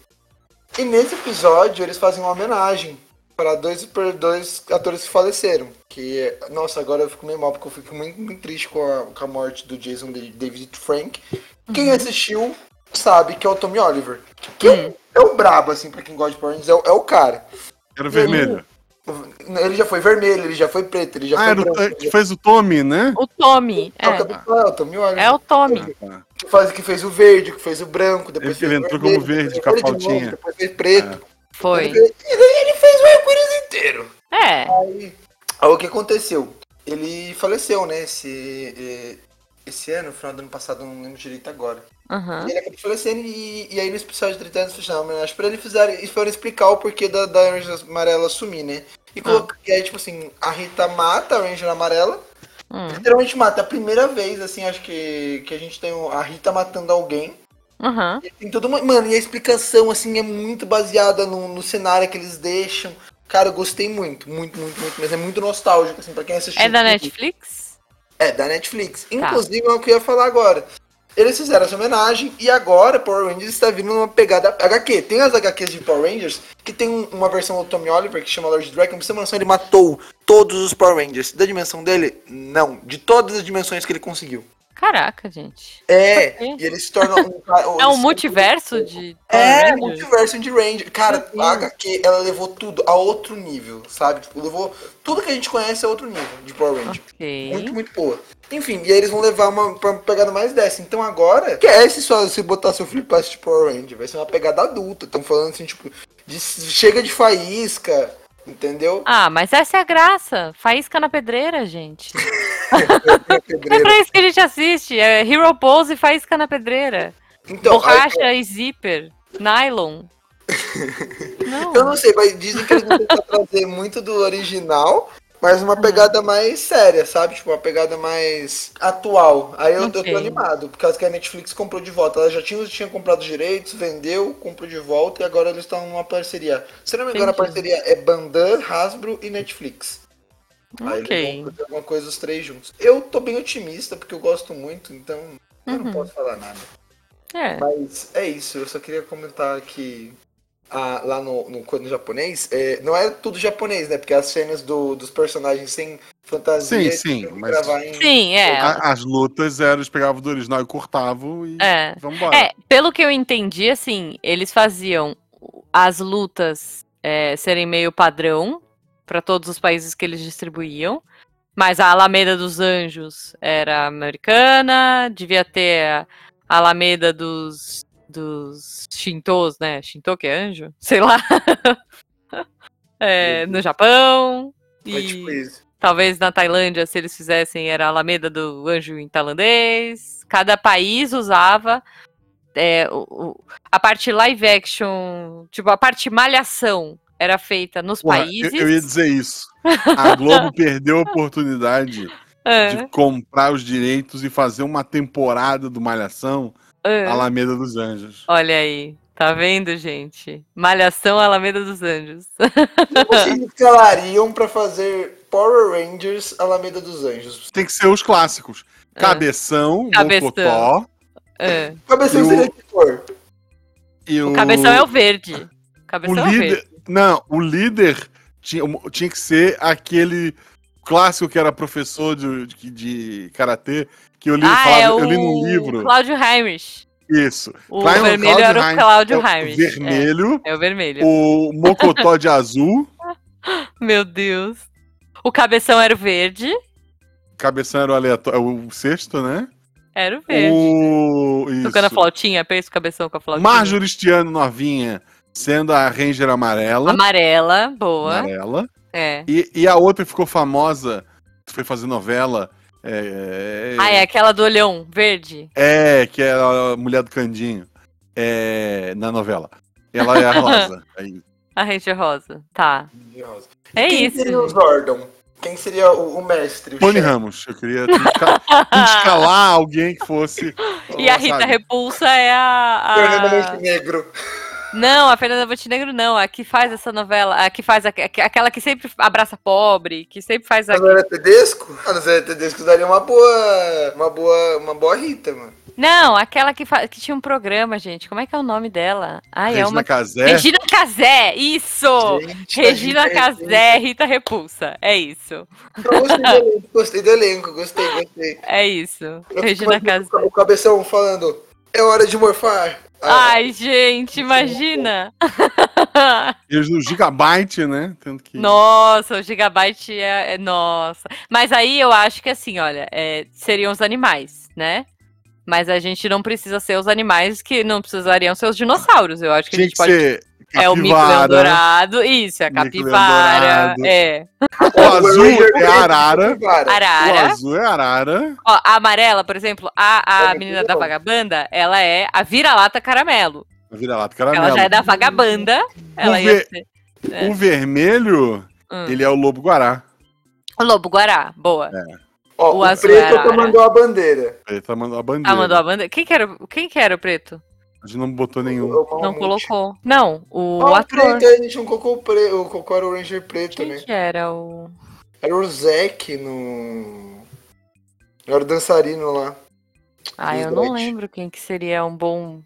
Speaker 3: E nesse episódio eles fazem uma homenagem para dois, pra dois atores que faleceram. Que, nossa, agora eu fico meio mal porque eu fico muito, muito triste com a, com a morte do Jason de- David Frank.
Speaker 2: Uhum.
Speaker 3: Quem assistiu sabe que é o Tommy Oliver. Que é o- é o brabo, assim, pra quem gosta de Power Rangers, é o- é o cara.
Speaker 1: Era vermelho.
Speaker 3: Ele já foi vermelho, ele já foi preto, ele já um
Speaker 1: Ah,
Speaker 3: foi
Speaker 1: era o
Speaker 3: branco.
Speaker 1: é,
Speaker 3: ele
Speaker 1: que
Speaker 3: já-
Speaker 1: fez o Tommy, né?
Speaker 2: o Tommy.
Speaker 3: É o
Speaker 2: É.
Speaker 3: Capitão, é o Tommy Oliver.
Speaker 2: É o Tommy.
Speaker 1: Ah, tá.
Speaker 3: Que, faz, que fez o verde, que fez o branco,
Speaker 1: Ele-
Speaker 3: depois
Speaker 1: ele
Speaker 3: fez o
Speaker 1: entrou
Speaker 3: vermelho,
Speaker 1: como verde,
Speaker 3: depois
Speaker 1: com a É.
Speaker 3: fez de novo,
Speaker 1: pautinha.
Speaker 3: Depois fez preto.
Speaker 2: Foi.
Speaker 3: Ele, ele fez o arco-íris inteiro.
Speaker 2: É.
Speaker 3: Aí o que aconteceu? Ele faleceu, né? Esse, eh, esse ano, final do ano passado, não lembro direito agora.
Speaker 2: aham.
Speaker 3: E Ele acabou falecendo e, e aí nesse episódio de 30 anos fizeram uma homenagem pra ele fizeram, e foram explicar o porquê da, da Ranger Amarela sumir, né? E, coloca, e aí, tipo assim, a Rita mata a Ranger Amarela
Speaker 2: Hum,
Speaker 3: Literalmente mata. É a primeira vez, assim, acho que, que a gente tem o- a Rita matando alguém.
Speaker 2: Hum. aham.
Speaker 3: E Tem toda uma. Mano, e a explicação, assim, é muito baseada no, no cenário que eles deixam. Cara, eu gostei muito, muito, muito, muito. Mas é muito nostálgico, assim, pra quem assistiu.
Speaker 2: É da Netflix? Tá.
Speaker 3: É, da Netflix. Inclusive, é o que eu ia falar agora. Eles fizeram essa homenagem e agora Power Rangers está vindo numa pegada HQ. Tem as HQs de Power Rangers que tem um- uma versão do Tommy Oliver que chama Lord Dragon. Pra você ter uma noção, ele matou todos os Power Rangers. Da dimensão dele? Não. De todas as dimensões que ele conseguiu.
Speaker 2: Caraca, gente.
Speaker 3: É,
Speaker 2: Por quê?
Speaker 3: e ele se torna um cara.
Speaker 2: É um multiverso de.
Speaker 3: É,
Speaker 2: Power Rangers?
Speaker 3: multiverso de Ranger. Cara,
Speaker 2: Meu
Speaker 3: a
Speaker 2: Deus.
Speaker 3: HQ, ela levou tudo a outro nível, sabe? Tipo, levou tudo que a gente conhece a outro nível de Power Ranger. Muito,
Speaker 2: Ok.
Speaker 3: muito boa. Enfim, e aí eles vão levar uma, pra uma pegada mais dessa. Então agora, que é se, só, se botar seu filho pra assistir Power Ranger? Vai ser uma pegada adulta. Estão falando assim, tipo, de- chega de faísca, entendeu?
Speaker 2: Ah, mas essa é a graça. Faísca na pedreira, gente. É
Speaker 3: Pedreira.
Speaker 2: pra isso que a gente assiste. É Hero Pose e faísca na pedreira.
Speaker 3: Então, aí,
Speaker 2: Borracha e zíper. Nylon.
Speaker 3: eu
Speaker 2: Não.
Speaker 3: não sei, mas dizem que eles vão tentar trazer muito do original Mas uma pegada mais séria, sabe? Tipo, uma pegada mais atual. Aí eu, eu
Speaker 2: Ok.
Speaker 3: tô animado, por causa que a Netflix comprou de volta. Ela já tinha, tinha comprado os direitos, vendeu, comprou de volta e agora eles estão numa parceria. Se não me engano, a
Speaker 2: Entendi.
Speaker 3: parceria é Bandan, Hasbro e Netflix. Aí eles vão
Speaker 2: Ok.
Speaker 3: fazer alguma coisa os três juntos. Eu tô bem otimista, porque eu gosto muito, então eu não
Speaker 2: Uhum.
Speaker 3: posso falar nada.
Speaker 2: É.
Speaker 3: Mas é isso, eu só queria comentar que ah, lá no, no coisa no japonês, é, não é tudo japonês, né? Porque as cenas do- dos personagens sem fantasia
Speaker 1: Sim,
Speaker 3: eles
Speaker 1: sim,
Speaker 3: tiveram que
Speaker 1: mas-
Speaker 3: gravar em-
Speaker 2: Sim, é.
Speaker 1: A- as lutas eram, eles pegavam do original e cortavam e
Speaker 2: É.
Speaker 1: vambora.
Speaker 2: É, pelo que eu entendi, assim, eles faziam as lutas é, serem meio padrão para todos os países que eles distribuíam. Mas a Alameda dos Anjos era americana, devia ter a Alameda dos, dos Shintos, né? Shinto que é anjo? Sei lá. É, no Japão.
Speaker 3: Foi
Speaker 2: e-
Speaker 3: tipo isso.
Speaker 2: Talvez na Tailândia, se eles fizessem, era a Alameda do Anjo em tailandês. Cada país usava é, o- o- a parte live action, tipo, a parte malhação era feita nos
Speaker 1: Porra, eu,
Speaker 2: países.
Speaker 1: eu ia dizer isso. A Globo perdeu a oportunidade
Speaker 2: Ah,
Speaker 1: de comprar os direitos e fazer uma temporada do Malhação
Speaker 2: ah.
Speaker 1: Alameda dos Anjos.
Speaker 2: Olha aí, tá vendo, gente? Malhação Alameda dos Anjos.
Speaker 3: Como vocês escalariam pra fazer Power Rangers Alameda dos Anjos?
Speaker 1: Tem que ser os clássicos. Cabeção,
Speaker 2: É. Cabeção.
Speaker 1: Mocotó
Speaker 2: Ah,
Speaker 3: Cabeção
Speaker 1: Eu-
Speaker 3: seria que for.
Speaker 1: e o...
Speaker 2: o cabeção é o verde. O
Speaker 1: o
Speaker 2: cabeção é o verde.
Speaker 1: líder. Não, o líder tinha, tinha que ser aquele clássico que era professor de, de, de karatê, que eu li,
Speaker 2: Ah,
Speaker 1: falava-
Speaker 2: é
Speaker 1: eu li
Speaker 2: o
Speaker 1: num livro.
Speaker 2: Cláudio Heinrich.
Speaker 1: Isso.
Speaker 2: O
Speaker 1: Klein-
Speaker 2: vermelho
Speaker 1: Cláudio
Speaker 2: era o
Speaker 1: Heinrich.
Speaker 2: Cláudio
Speaker 1: É o
Speaker 2: Heinrich. é.
Speaker 1: Vermelho,
Speaker 2: é o vermelho.
Speaker 1: o mocotó de azul,
Speaker 2: Meu Deus. O cabeção era o verde.
Speaker 1: cabeção era o aleatório, o sexto, né?
Speaker 2: Era o verde.
Speaker 1: O
Speaker 2: É. Tocando a
Speaker 1: isso.
Speaker 2: flautinha, pensa o cabeção com a flautinha.
Speaker 1: Marjorie Stiano novinha, sendo a Ranger amarela,
Speaker 2: Amarela, boa.
Speaker 1: amarela.
Speaker 2: É.
Speaker 1: E, e a outra que ficou famosa, que foi fazer novela, é,
Speaker 2: Ah, é aquela do olhão verde.
Speaker 1: é, que era a mulher do Candinho, é, na novela. Ela é a Rosa. Aí,
Speaker 2: A Ranger Rosa. Tá. É
Speaker 3: Quem seria o
Speaker 2: isso.
Speaker 3: Zordon? Quem seria o, o mestre? o
Speaker 1: Tony
Speaker 3: chefe?
Speaker 1: Ramos, eu queria esca- escalar alguém que fosse.
Speaker 2: E a Rita
Speaker 1: sabe?
Speaker 2: Repulsa é
Speaker 3: Fernando
Speaker 2: a, a.
Speaker 3: Montenegro.
Speaker 2: Não, a Fernanda Montenegro não. A que faz essa novela. A que faz. A, a- aquela que sempre abraça pobre. Que sempre faz. A...
Speaker 3: A Zé é Tedesco? Ah, A Zé é Tedesco daria uma boa. Uma boa. Uma boa Rita, mano.
Speaker 2: Não, aquela que, fa... que tinha um programa, gente. Como é que é o nome dela? Ai, é
Speaker 1: Regina
Speaker 2: uma.
Speaker 1: Casé.
Speaker 2: Regina Casé! Isso!
Speaker 3: Gente, a
Speaker 2: Regina
Speaker 3: Rita é gente.
Speaker 2: Casé, Rita Repulsa. É isso.
Speaker 3: Então, Eu Gostei do elenco, gostei do elenco, gostei, gostei.
Speaker 2: É isso.
Speaker 3: Eu
Speaker 2: Regina
Speaker 3: fico imaginando
Speaker 2: Casé.
Speaker 3: O cabeção falando, é hora de morfar. Ah,
Speaker 2: Ai, gente, imagina.
Speaker 1: Eles no Gigabyte, né? Tanto que.
Speaker 2: Nossa, o Gigabyte é, é- Nossa. Mas aí eu acho que assim, olha, é, seriam os animais, né? Mas a gente não precisa ser os animais que não precisariam ser os dinossauros. Eu acho que a
Speaker 1: Tinha
Speaker 2: gente
Speaker 1: que
Speaker 2: pode.
Speaker 1: ser
Speaker 2: É o mico
Speaker 1: capivara.
Speaker 2: dourado. Isso, é a
Speaker 1: Mico
Speaker 2: capivara.
Speaker 1: leão-dourado.
Speaker 2: É.
Speaker 1: O azul é arara.
Speaker 3: Vara.
Speaker 1: O
Speaker 2: Arara.
Speaker 1: azul é arara.
Speaker 2: Ó, a amarela, por exemplo, a, a
Speaker 3: É
Speaker 2: menina da
Speaker 3: legal.
Speaker 2: vagabanda, ela é a vira-lata caramelo.
Speaker 1: Vira-lata
Speaker 2: Ela já é
Speaker 1: caramelo.
Speaker 2: da vagabanda. Ela ia
Speaker 1: ver-
Speaker 2: ser.
Speaker 1: O vermelho,
Speaker 2: Hum.
Speaker 1: ele é o lobo guará.
Speaker 2: O Lobo Guará, boa.
Speaker 1: É.
Speaker 3: Ó,
Speaker 2: O
Speaker 3: o,
Speaker 2: azul é
Speaker 3: preto
Speaker 2: arara.
Speaker 3: mandou a bandeira.
Speaker 1: Ele tá mandando a
Speaker 2: Ah,
Speaker 1: bandeira.
Speaker 2: mandou a bandeira. Quem que era, o- quem que era o preto?
Speaker 1: A gente não botou nenhum.
Speaker 3: O- o
Speaker 2: Não
Speaker 3: Mamute.
Speaker 2: colocou. Não, o
Speaker 3: Ó, um Ah, o
Speaker 2: ator.
Speaker 3: preto, a gente não colocou o preto. O Cocô era o Ranger preto,
Speaker 2: Quem
Speaker 3: né?
Speaker 2: que era o.
Speaker 3: Era o Zack no. Era o dançarino lá.
Speaker 2: Ah, eu
Speaker 3: Os
Speaker 2: não
Speaker 3: dois.
Speaker 2: lembro quem que seria um bom.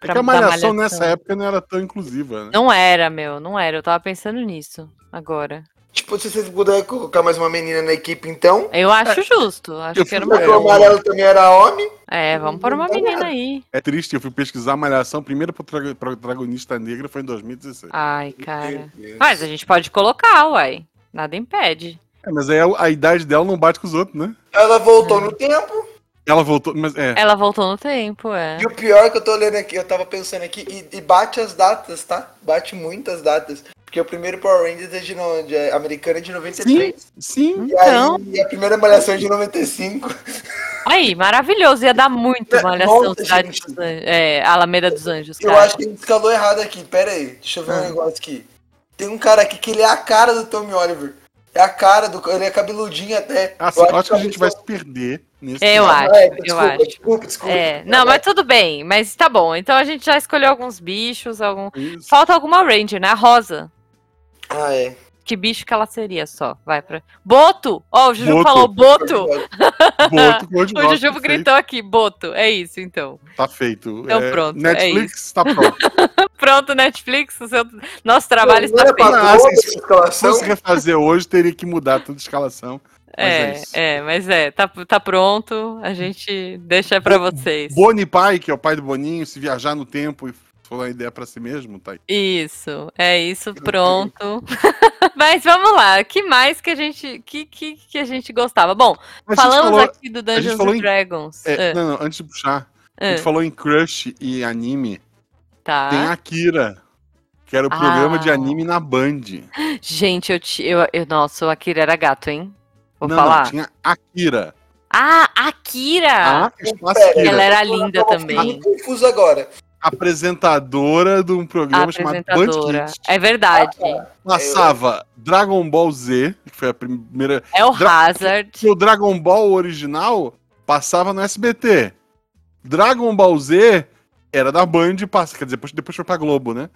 Speaker 1: É que a
Speaker 2: da
Speaker 1: malhação
Speaker 2: Tá Malhação.
Speaker 1: nessa época não era tão inclusiva, né?
Speaker 2: Não era, meu, não era. Eu tava pensando nisso agora.
Speaker 3: Tipo, se vocês puderem colocar mais uma menina na equipe, então.
Speaker 2: Eu
Speaker 1: É.
Speaker 2: acho justo. Acho
Speaker 1: eu
Speaker 2: que era
Speaker 1: fui-
Speaker 2: uma.
Speaker 1: É,
Speaker 3: o amarelo também era homem.
Speaker 2: É, vamos pôr uma
Speaker 3: Não dá
Speaker 2: menina
Speaker 3: nada.
Speaker 2: aí.
Speaker 1: É triste, eu fui pesquisar a malhação. A primeira protra- protagonista negra foi em 2016.
Speaker 2: Ai, cara. Ah,
Speaker 3: Meu Deus.
Speaker 2: Mas a gente pode colocar, uai. Nada impede.
Speaker 1: É, mas aí a, a idade dela não bate com os outros, né?
Speaker 3: Ela voltou no tempo.
Speaker 1: Ela voltou. Mas é.
Speaker 2: Ela voltou no tempo, é.
Speaker 3: E o pior que eu tô lendo aqui, eu tava pensando aqui, e, e bate as datas, tá? Bate muitas datas. Porque o primeiro Power Rangers é, de no, de, é americano é de 93.
Speaker 1: Sim.
Speaker 3: E aí,
Speaker 2: Então.
Speaker 3: e a primeira malhação é de 95.
Speaker 2: Aí, maravilhoso. Ia dar muito
Speaker 3: Nossa,
Speaker 2: malhação
Speaker 3: É, gente.
Speaker 2: Cidade dos Anjos. É, Alameda dos Anjos,
Speaker 3: Eu
Speaker 1: Tá.
Speaker 2: cara.
Speaker 3: acho que ele escalou errado aqui, pera aí. Deixa eu ver
Speaker 2: Ah.
Speaker 3: um negócio aqui. Tem um cara aqui que ele é a cara do Tommy Oliver. É a cara do. Ele é cabeludinho até.
Speaker 1: Assim, eu acho, que a gente vai se perder nesse
Speaker 2: Eu
Speaker 1: episódio.
Speaker 2: acho,
Speaker 3: Ah, é,
Speaker 2: eu
Speaker 3: desculpa,
Speaker 2: acho.
Speaker 3: Desculpa, desculpa.
Speaker 2: É, não, mas tudo bem, mas tá bom. Então a gente já escolheu alguns bichos, algum.
Speaker 1: Isso.
Speaker 2: Falta alguma Ranger, né? A Rosa.
Speaker 3: Ah, é.
Speaker 2: Que bicho que ela seria só? Vai pra. Boto! Ó, o Juju
Speaker 1: Boto.
Speaker 2: falou Boto!
Speaker 1: Boto, cor de
Speaker 2: O
Speaker 1: rosa, perfeito.
Speaker 2: Jujubo gritou aqui, Boto. É isso, então.
Speaker 1: Tá feito.
Speaker 2: Então pronto, é
Speaker 1: Netflix tá pronto.
Speaker 2: Pronto, Netflix, o seu... nosso trabalho
Speaker 3: Não
Speaker 2: está
Speaker 3: era
Speaker 2: feito.
Speaker 1: pra-
Speaker 3: pra toda
Speaker 1: Ah,
Speaker 3: essa
Speaker 1: Se
Speaker 3: escalação.
Speaker 1: fosse
Speaker 2: Então-
Speaker 1: refazer hoje, teria que mudar toda a escalação.
Speaker 2: É,
Speaker 1: Mas é isso.
Speaker 2: é, mas é, tá, tá pronto, a gente deixa pra vocês.
Speaker 1: Boni Pai, que é o pai do Boninho, se viajar no tempo e for uma ideia pra si mesmo, tá aí.
Speaker 2: Isso, é isso, pronto. mas vamos lá, que mais que a gente, que, que, que a gente gostava? Bom,
Speaker 1: A gente
Speaker 2: falamos
Speaker 1: falou-
Speaker 2: aqui do
Speaker 1: gente
Speaker 2: Dungeons
Speaker 1: falou
Speaker 2: and
Speaker 1: em-
Speaker 2: Dragons.
Speaker 1: é,
Speaker 2: Ah,
Speaker 1: Não, não, antes de puxar, a
Speaker 2: ah,
Speaker 1: gente falou em crush e anime.
Speaker 2: tá.
Speaker 1: Tem Akira, que era o
Speaker 2: Ah.
Speaker 1: programa de anime na Band.
Speaker 2: Gente, eu, te, eu, eu, nossa, o Akira era gato, hein? Vou
Speaker 1: não,
Speaker 2: falar.
Speaker 1: não, tinha Ah, Akira.
Speaker 2: Ah, Akira!
Speaker 1: a espaço
Speaker 3: Pera,
Speaker 1: Akira,
Speaker 2: Ela era
Speaker 3: eu tô-
Speaker 2: linda
Speaker 3: eu tô
Speaker 2: também.
Speaker 3: ficando confuso agora.
Speaker 1: apresentadora de um
Speaker 2: a
Speaker 1: programa chamado Ah, Band
Speaker 2: apresentadora.
Speaker 1: Kids.
Speaker 2: É verdade.
Speaker 1: Passava Dragon Ball Z, que foi a primeira.
Speaker 2: É o
Speaker 1: Dra-
Speaker 2: Hazard.
Speaker 1: Que o Dragon Ball original passava no SBT. Dragon Ball Z era da Band e passa, quer dizer, depois, depois foi pra Globo, né?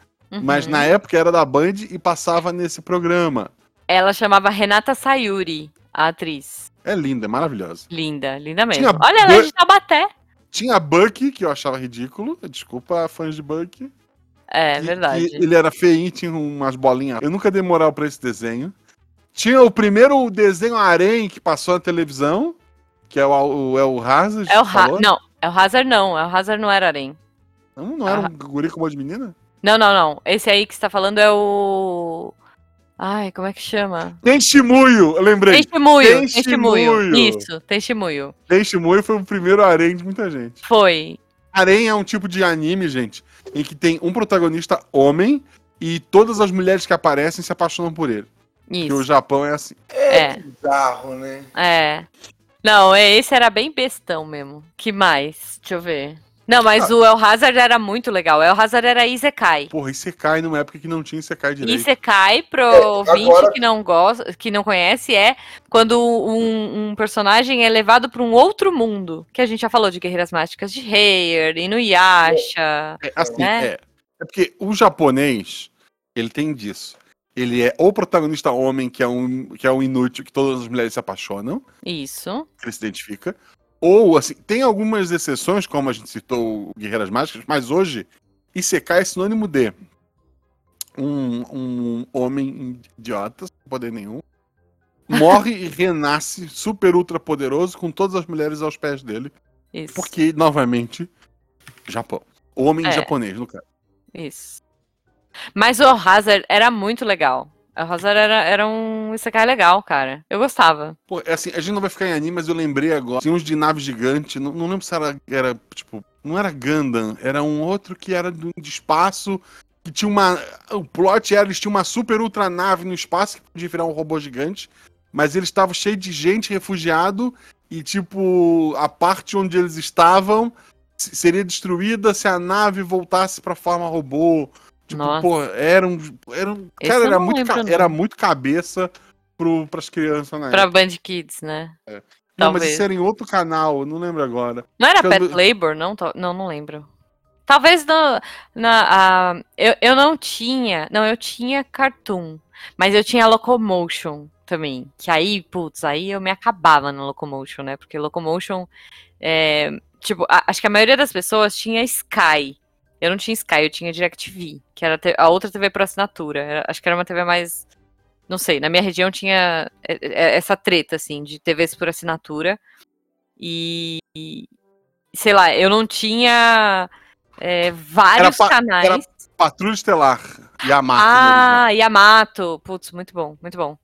Speaker 1: Mas
Speaker 2: Uhum.
Speaker 1: na época era da Band e passava nesse programa.
Speaker 2: Ela chamava Renata Sayuri, a atriz.
Speaker 1: É linda, é maravilhosa.
Speaker 2: Linda, linda mesmo.
Speaker 1: Tinha
Speaker 2: Olha ela é
Speaker 1: dois-
Speaker 2: de Tabaté.
Speaker 1: Tinha Bucky, que eu achava ridículo. Desculpa, fãs de Bucky.
Speaker 2: É
Speaker 1: que-
Speaker 2: verdade.
Speaker 1: que ele era feinho, tinha umas bolinhas. Eu nunca dei moral pra esse desenho. Tinha o primeiro desenho Arém que passou na televisão, que é o, o, é o Hazard.
Speaker 2: É o
Speaker 1: que
Speaker 2: ha
Speaker 1: falou.
Speaker 2: Não, é o Hazard não. É o Hazard não era Arém.
Speaker 1: Não, não era um guri com um monte de menina?
Speaker 2: Não, não, não. Esse aí que você tá falando é o. Ai, como é que chama?
Speaker 1: Tem Shimuyo, eu lembrei.
Speaker 2: Tenshimuyo.
Speaker 1: Tenshimuyo.
Speaker 2: Tenshimuyo. Isso, Tenshimuyo.
Speaker 1: Tem Shimuyo foi o primeiro Arém de muita gente.
Speaker 2: Foi.
Speaker 1: Arém é um tipo de anime, gente, em que tem um protagonista homem e todas as mulheres que aparecem se apaixonam por ele. Porque o
Speaker 2: Isso.
Speaker 1: Japão é assim.
Speaker 2: É.
Speaker 3: Bizarro, né?
Speaker 2: É. Não, é- esse era bem bestão mesmo. Que mais? Deixa eu ver. Não, mas
Speaker 1: Ah.
Speaker 2: o El Hazard era muito legal. O El Hazard era Isekai.
Speaker 1: Porra, Isekai numa época que não tinha Isekai direito.
Speaker 2: Isekai, pro
Speaker 3: É,
Speaker 2: ouvinte
Speaker 3: agora-
Speaker 2: que não gosta, que não conhece, é quando um, um personagem é levado para um outro mundo. Que a gente já falou de Guerreiras Mágicas de Heyer, Inuyasha.
Speaker 1: É, assim,
Speaker 2: né?
Speaker 1: é. É porque o japonês, ele tem disso. Ele é ou protagonista homem, que é um, que é um inútil, que todas as mulheres se apaixonam,
Speaker 2: Isso.
Speaker 1: que ele se identifica. Ou, assim, tem algumas exceções, como a gente citou o Guerreiras Mágicas, mas hoje, Isekai é sinônimo de um, um homem idiota, sem poder nenhum, morre e renasce super ultra poderoso com todas as mulheres aos pés dele.
Speaker 2: Isso.
Speaker 1: Porque, novamente, Japão. Homem
Speaker 2: É.
Speaker 1: japonês, no caso.
Speaker 2: Isso. Mas o El Hazard era muito legal. O El Hazard era, era um Isekai legal, cara. Eu gostava.
Speaker 1: Pô, é assim, a gente não vai ficar em anime, mas eu lembrei agora. Tinha uns de nave gigante, não, não lembro se era, era, tipo, não era Gundam, era um outro que era do- de espaço, que tinha uma. O plot era, eles tinham uma super ultra nave no espaço que podia virar um robô gigante, mas eles estavam cheios de gente refugiado e, tipo, a parte onde eles estavam se- seria destruída se a nave voltasse pra forma robô. Tipo,
Speaker 2: Nossa.
Speaker 1: pô, era um. Era um
Speaker 2: Esse
Speaker 1: cara,
Speaker 2: eu
Speaker 1: era
Speaker 2: não
Speaker 1: muito, ca-
Speaker 2: lembro, não.
Speaker 1: era muito cabeça pro, pras crianças
Speaker 3: É.
Speaker 1: na
Speaker 2: Pra Band Kids, né?
Speaker 1: É. Não, mas
Speaker 2: Talvez.
Speaker 1: isso era em outro canal, eu não lembro agora.
Speaker 2: Não era
Speaker 1: Quando-
Speaker 2: Pet Labor, não? Tal- Não, não lembro. Talvez na. na a- eu, eu não tinha. Não, eu tinha Cartoon. Mas eu tinha Locomotion também. Que aí, putz, aí eu me acabava na Locomotion, né? Porque Locomotion. é, tipo, a- acho que a maioria das pessoas tinha Sky. Eu não tinha Sky, eu tinha DirecTV, que era a te- a outra TV por assinatura. Era- acho que era uma TV mais. Não sei, na minha região tinha é, é, essa treta, assim, de TVs por assinatura. E, e- sei lá, eu não tinha é, vários
Speaker 1: pa- era
Speaker 2: canais.
Speaker 1: Patrulha Estelar e a Marta.
Speaker 2: Ah, Yamato. Putz, muito bom, muito bom.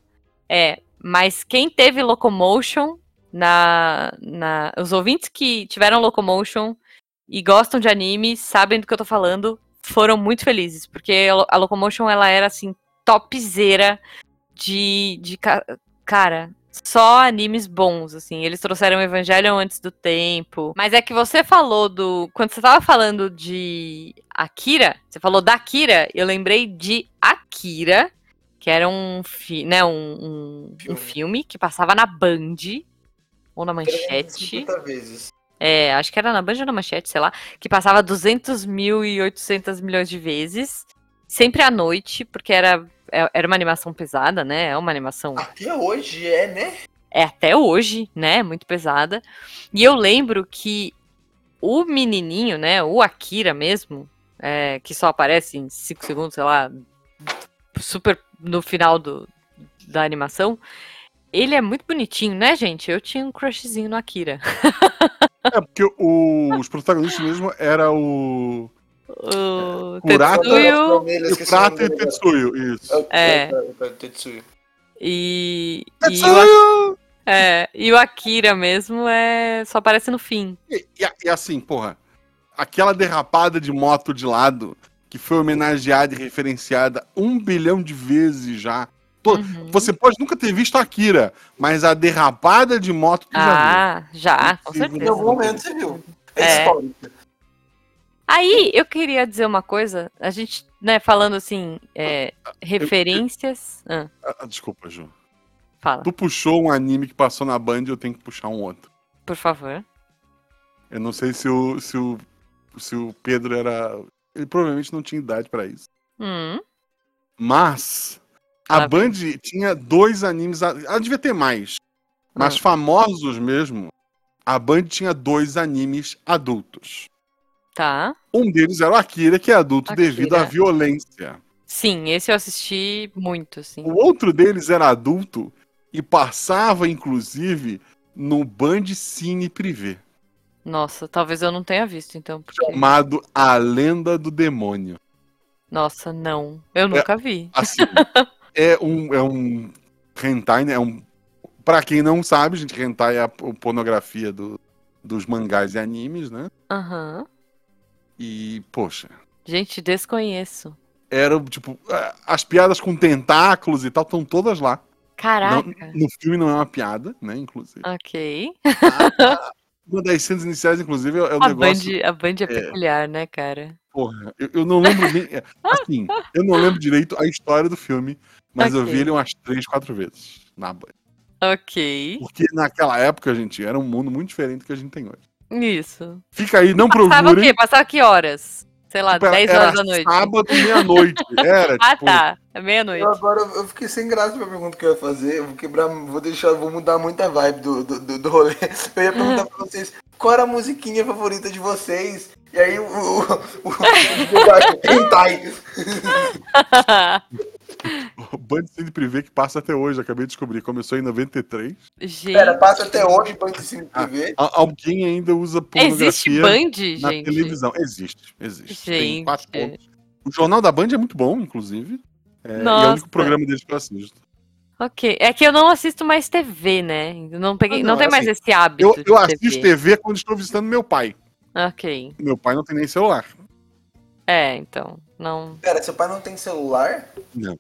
Speaker 2: É, mas quem teve Locomotion na, na. Os ouvintes que tiveram Locomotion e gostam de anime sabem do que eu tô falando, foram muito felizes, porque a Lo- a Locomotion ela era assim, topzera de. de ca- cara. Só animes bons, assim. Eles trouxeram o Evangelho antes do tempo. Mas é que você falou do. Quando você tava falando de Akira, você falou da Akira, eu lembrei de Akira que era um, fi- né, um, um- um
Speaker 3: Filme.
Speaker 2: filme que passava na Band ou na Manchete.
Speaker 3: 350 vezes.
Speaker 2: É, acho que era na Band ou na Manchete, sei lá, que passava 200 mil e 800 milhões de vezes, sempre à noite, porque era, é- era uma animação pesada, né? É uma animação
Speaker 3: Até hoje é, né?
Speaker 2: é até hoje, né? Muito pesada. E eu lembro que o menininho, né? O Akira mesmo, é, que só aparece em 5 segundos, sei lá, super no final do, da animação. Ele é muito bonitinho, né, gente? Eu tinha um crushzinho no Akira.
Speaker 1: É, porque o- os protagonistas mesmo era o.
Speaker 2: O
Speaker 1: Kurata-
Speaker 2: Tetsuyo
Speaker 1: E o Prata e o Tetsuyo, isso.
Speaker 2: É.
Speaker 3: Tetsuyo.
Speaker 2: e, e, o, Ak-
Speaker 1: Tetsuyo!
Speaker 2: é, e o Akira mesmo é só aparece no fim.
Speaker 1: E, e- e assim, porra, aquela derrapada de moto de lado, que foi homenageada e referenciada um bilhão de vezes já. Pô,
Speaker 2: Uhum.
Speaker 1: Você pode nunca ter visto a Akira, mas a derrapada de moto tu já
Speaker 2: Ah, já, com
Speaker 1: Sim,
Speaker 3: Em
Speaker 2: certeza.
Speaker 3: algum momento você viu. É,
Speaker 2: É.
Speaker 3: histórico.
Speaker 2: Aí eu queria dizer uma coisa, a gente, né, falando assim, é, referências. Ah,
Speaker 1: viu. Ah, desculpa, Ju.
Speaker 2: fala,
Speaker 1: Tu puxou um anime que passou na Band e eu tenho que puxar um outro.
Speaker 2: por favor.
Speaker 1: Eu não sei se o, se o, se o Pedro era. Ele provavelmente não tinha idade pra isso.
Speaker 2: Hum,
Speaker 1: Mas a
Speaker 2: Lá
Speaker 1: Band tinha dois animes. a- Ela devia ter mais. Mas
Speaker 2: Ah.
Speaker 1: famosos mesmo, a Band tinha dois animes adultos.
Speaker 2: tá.
Speaker 1: Um deles era o Akira, que é adulto
Speaker 2: Akira.
Speaker 1: devido à violência.
Speaker 2: Sim, esse eu assisti muito, assim.
Speaker 1: O outro deles era adulto e passava, inclusive, no Band Cine Privé,
Speaker 2: Nossa, talvez eu não tenha visto, então. Porque...
Speaker 1: chamado A Lenda do Demônio.
Speaker 2: Nossa, não.
Speaker 1: É.
Speaker 2: Eu nunca vi.
Speaker 1: Assim, é um é um hentai, né? É um para quem não sabe, gente, hentai é a p- pornografia do, dos mangás e animes, né?
Speaker 2: Aham.
Speaker 1: E poxa,
Speaker 2: Gente, desconheço.
Speaker 1: era tipo a- as piadas com tentáculos e tal estão todas lá. Não-
Speaker 2: Caraca.
Speaker 1: no filme não é uma piada, né, inclusive.
Speaker 2: Ok.
Speaker 1: Uma das cenas iniciais inclusive é o
Speaker 2: A
Speaker 1: negócio
Speaker 2: Band, a Band é peculiar, né, cara?
Speaker 1: Porra, eu, eu não lembro bem. é, Assim, eu não lembro direito a história do filme, mas eu vi
Speaker 2: Ok.
Speaker 1: ele umas três, quatro vezes na Band.
Speaker 2: Ok.
Speaker 1: Porque naquela época, gente, era um mundo muito diferente do que a gente tem hoje.
Speaker 2: Isso.
Speaker 1: Fica aí, não
Speaker 2: Passava o
Speaker 1: procurem.
Speaker 2: quê? Passava que horas? Sei lá,
Speaker 1: Tipo,
Speaker 2: 10
Speaker 1: era
Speaker 2: horas da noite.
Speaker 1: Sábado, meia-noite. Era,
Speaker 2: Ah,
Speaker 1: tipo,
Speaker 2: tá. É meia-noite.
Speaker 3: Eu agora eu fiquei sem graça pra pergunta que eu ia fazer. Eu vou quebrar, vou deixar, vou mudar muito a vibe do, do, do, do rolê. Eu ia perguntar pra vocês qual era a musiquinha favorita de vocês. E aí o. o, o, o hentai.
Speaker 1: o Band Cine Privé que passa até hoje, acabei de descobrir. Começou em 93.
Speaker 2: Gente.
Speaker 3: Pera, passa até hoje pra Cine TV.
Speaker 1: A- alguém ainda usa pornografia
Speaker 2: Existe Band,
Speaker 1: na
Speaker 2: gente?
Speaker 1: televisão. Existe, existe. Tem
Speaker 2: Gente.
Speaker 1: quatro pontos. O Jornal da Band é muito bom, inclusive. É, e é o
Speaker 2: Nossa.
Speaker 1: único programa deles que eu assisto.
Speaker 2: Ok. É que eu não assisto mais TV, né? Eu Não, peguei,
Speaker 1: Ah,
Speaker 2: não,
Speaker 1: não,
Speaker 2: tem
Speaker 1: é
Speaker 2: mais
Speaker 1: assim,
Speaker 2: esse hábito.
Speaker 1: Eu,
Speaker 2: de
Speaker 1: eu assisto
Speaker 2: TV.
Speaker 1: TV quando estou visitando meu pai.
Speaker 2: Ok.
Speaker 1: Meu pai não tem nem celular.
Speaker 2: É, então. Não.
Speaker 3: Pera, seu pai não tem celular?
Speaker 1: Não.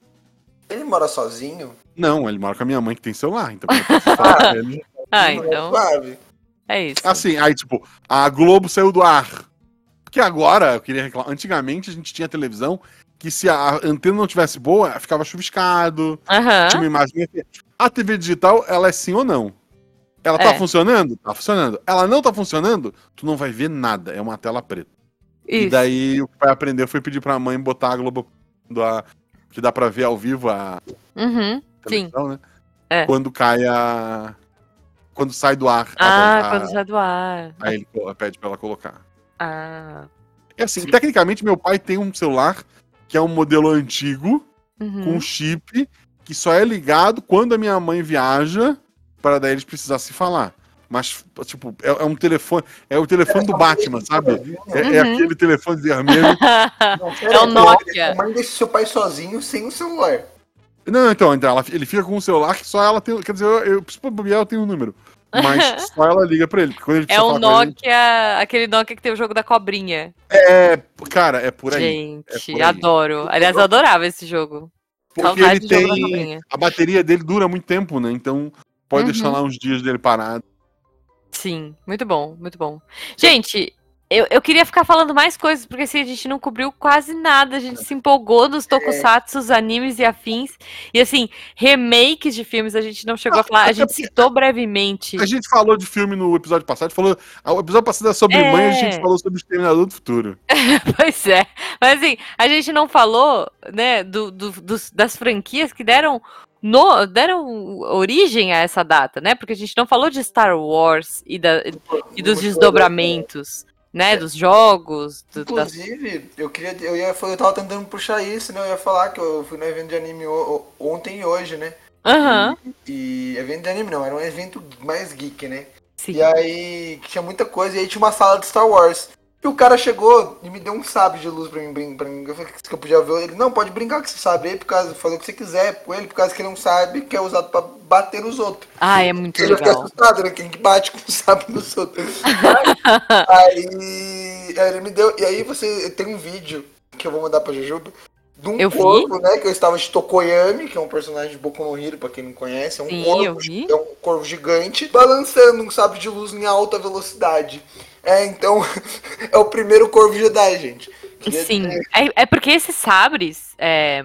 Speaker 3: Ele mora sozinho?
Speaker 1: Não, ele mora com a minha mãe que tem celular, então eu posso falar pra ele.
Speaker 2: Ah,
Speaker 3: Não, é
Speaker 2: então.
Speaker 3: suave.
Speaker 2: É isso.
Speaker 1: Assim, aí tipo, a Globo saiu do ar. Porque agora, eu queria reclamar, antigamente a gente tinha televisão que se a antena não tivesse boa, ficava chuviscado,
Speaker 2: Aham.
Speaker 1: tinha uma imagem. meio feia. A TV digital, ela é sim ou não? Ela tá
Speaker 2: É.
Speaker 1: funcionando? Tá funcionando. Ela não tá funcionando? Tu não vai ver nada, é uma tela preta. E
Speaker 2: Isso.
Speaker 1: daí o que vai aprender foi pedir pra mãe botar a Globo da- que dá pra ver ao vivo a
Speaker 2: Uhum. Sim.
Speaker 1: televisão, né?
Speaker 2: É.
Speaker 1: Quando cai a. Quando sai do ar. a-
Speaker 2: Ah,
Speaker 1: a-
Speaker 2: quando já do ar.
Speaker 1: Aí ele co- pede pra ela colocar.
Speaker 2: Ah.
Speaker 1: É assim,
Speaker 2: Sim.
Speaker 1: tecnicamente meu pai tem um celular que é um modelo antigo, com
Speaker 2: Uhum.
Speaker 1: um chip, que só é ligado quando a minha mãe viaja, pra daí eles precisar se falar. Mas, tipo, é, é um telefone. É o telefone do Batman, sabe? É, é
Speaker 2: Uhum.
Speaker 1: aquele telefone vermelho
Speaker 3: Não, sério,
Speaker 2: é o
Speaker 3: A
Speaker 2: Nokia.
Speaker 3: mãe deixa seu pai sozinho sem o celular.
Speaker 1: Não, então, então ela- ele fica com um celular que só ela tem. Quer dizer, eu, eu, se for bobear, eu tenho um número. Mas só ela liga pra ele. porque Quando ele
Speaker 2: É
Speaker 1: precisa
Speaker 2: o
Speaker 1: falar com ele,
Speaker 2: Nokia, aquele Nokia que tem o jogo da cobrinha.
Speaker 1: é, cara, é por aí.
Speaker 2: Gente,
Speaker 1: é por aí.
Speaker 2: adoro. Aliás, eu adorava esse jogo.
Speaker 1: Porque
Speaker 2: Saudade
Speaker 1: ele
Speaker 2: do jogo da
Speaker 1: tem.
Speaker 2: cobrinha.
Speaker 1: A bateria dele dura muito tempo, né? Então pode
Speaker 2: Uhum.
Speaker 1: deixar lá uns dias dele parado.
Speaker 2: Sim, muito bom, muito bom. Gente, Eu, eu queria ficar falando mais coisas, porque assim, a gente não cobriu quase nada, a gente se empolgou nos tokusatsu, os animes e afins. E assim, remakes de filmes a gente não chegou a falar, a gente citou brevemente.
Speaker 1: A gente falou de filme no episódio passado, falou. O episódio passado é sobre
Speaker 2: É.
Speaker 1: mãe, a gente falou sobre o Exterminador do Futuro.
Speaker 2: Pois é. Mas assim, a gente não falou, né, do, do- dos- das franquias que deram, no, deram origem a essa data, né? Porque a gente não falou de Star Wars e, da- e dos desdobramentos, né? Dos jogos, do- das...
Speaker 3: É. Inclusive, eu queria. Eu, ia, eu tava tentando puxar isso, né? Eu ia falar que eu fui no evento de anime o- o- ontem e hoje, né?
Speaker 2: Aham,
Speaker 3: E evento de anime não, era um evento mais geek, né?
Speaker 2: sim.
Speaker 3: E aí tinha muita coisa, e aí tinha uma sala de Star Wars. E o cara chegou e me deu um sábio de luz pra mim, brin- pra mim. Eu falei que eu podia ver. Ele, não, pode brincar com esse sábio aí, por causa, fazer o que você quiser com ele, por causa que ele é um sábio que é usado pra bater nos outros.
Speaker 2: Ah, é muito
Speaker 3: Ele fica
Speaker 2: legal.
Speaker 3: assustado, né? Quem que bate com o sábio nos outros. aí, aí ele me deu. E aí você tem um vídeo que eu vou mandar pra Jujuba. De um
Speaker 2: Eu vi.
Speaker 3: corpo, né? Que eu estava de Tokoyami, que é um personagem de Boku no Hero, pra quem não conhece. É um
Speaker 2: Sim,
Speaker 3: corvo
Speaker 2: eu vi.
Speaker 3: é um corvo gigante balançando um sabre de luz em alta velocidade. É, então, é o primeiro corvo Jedi, gente. Queria
Speaker 2: Sim,
Speaker 3: dizer-
Speaker 2: é, é porque esses sabres. é,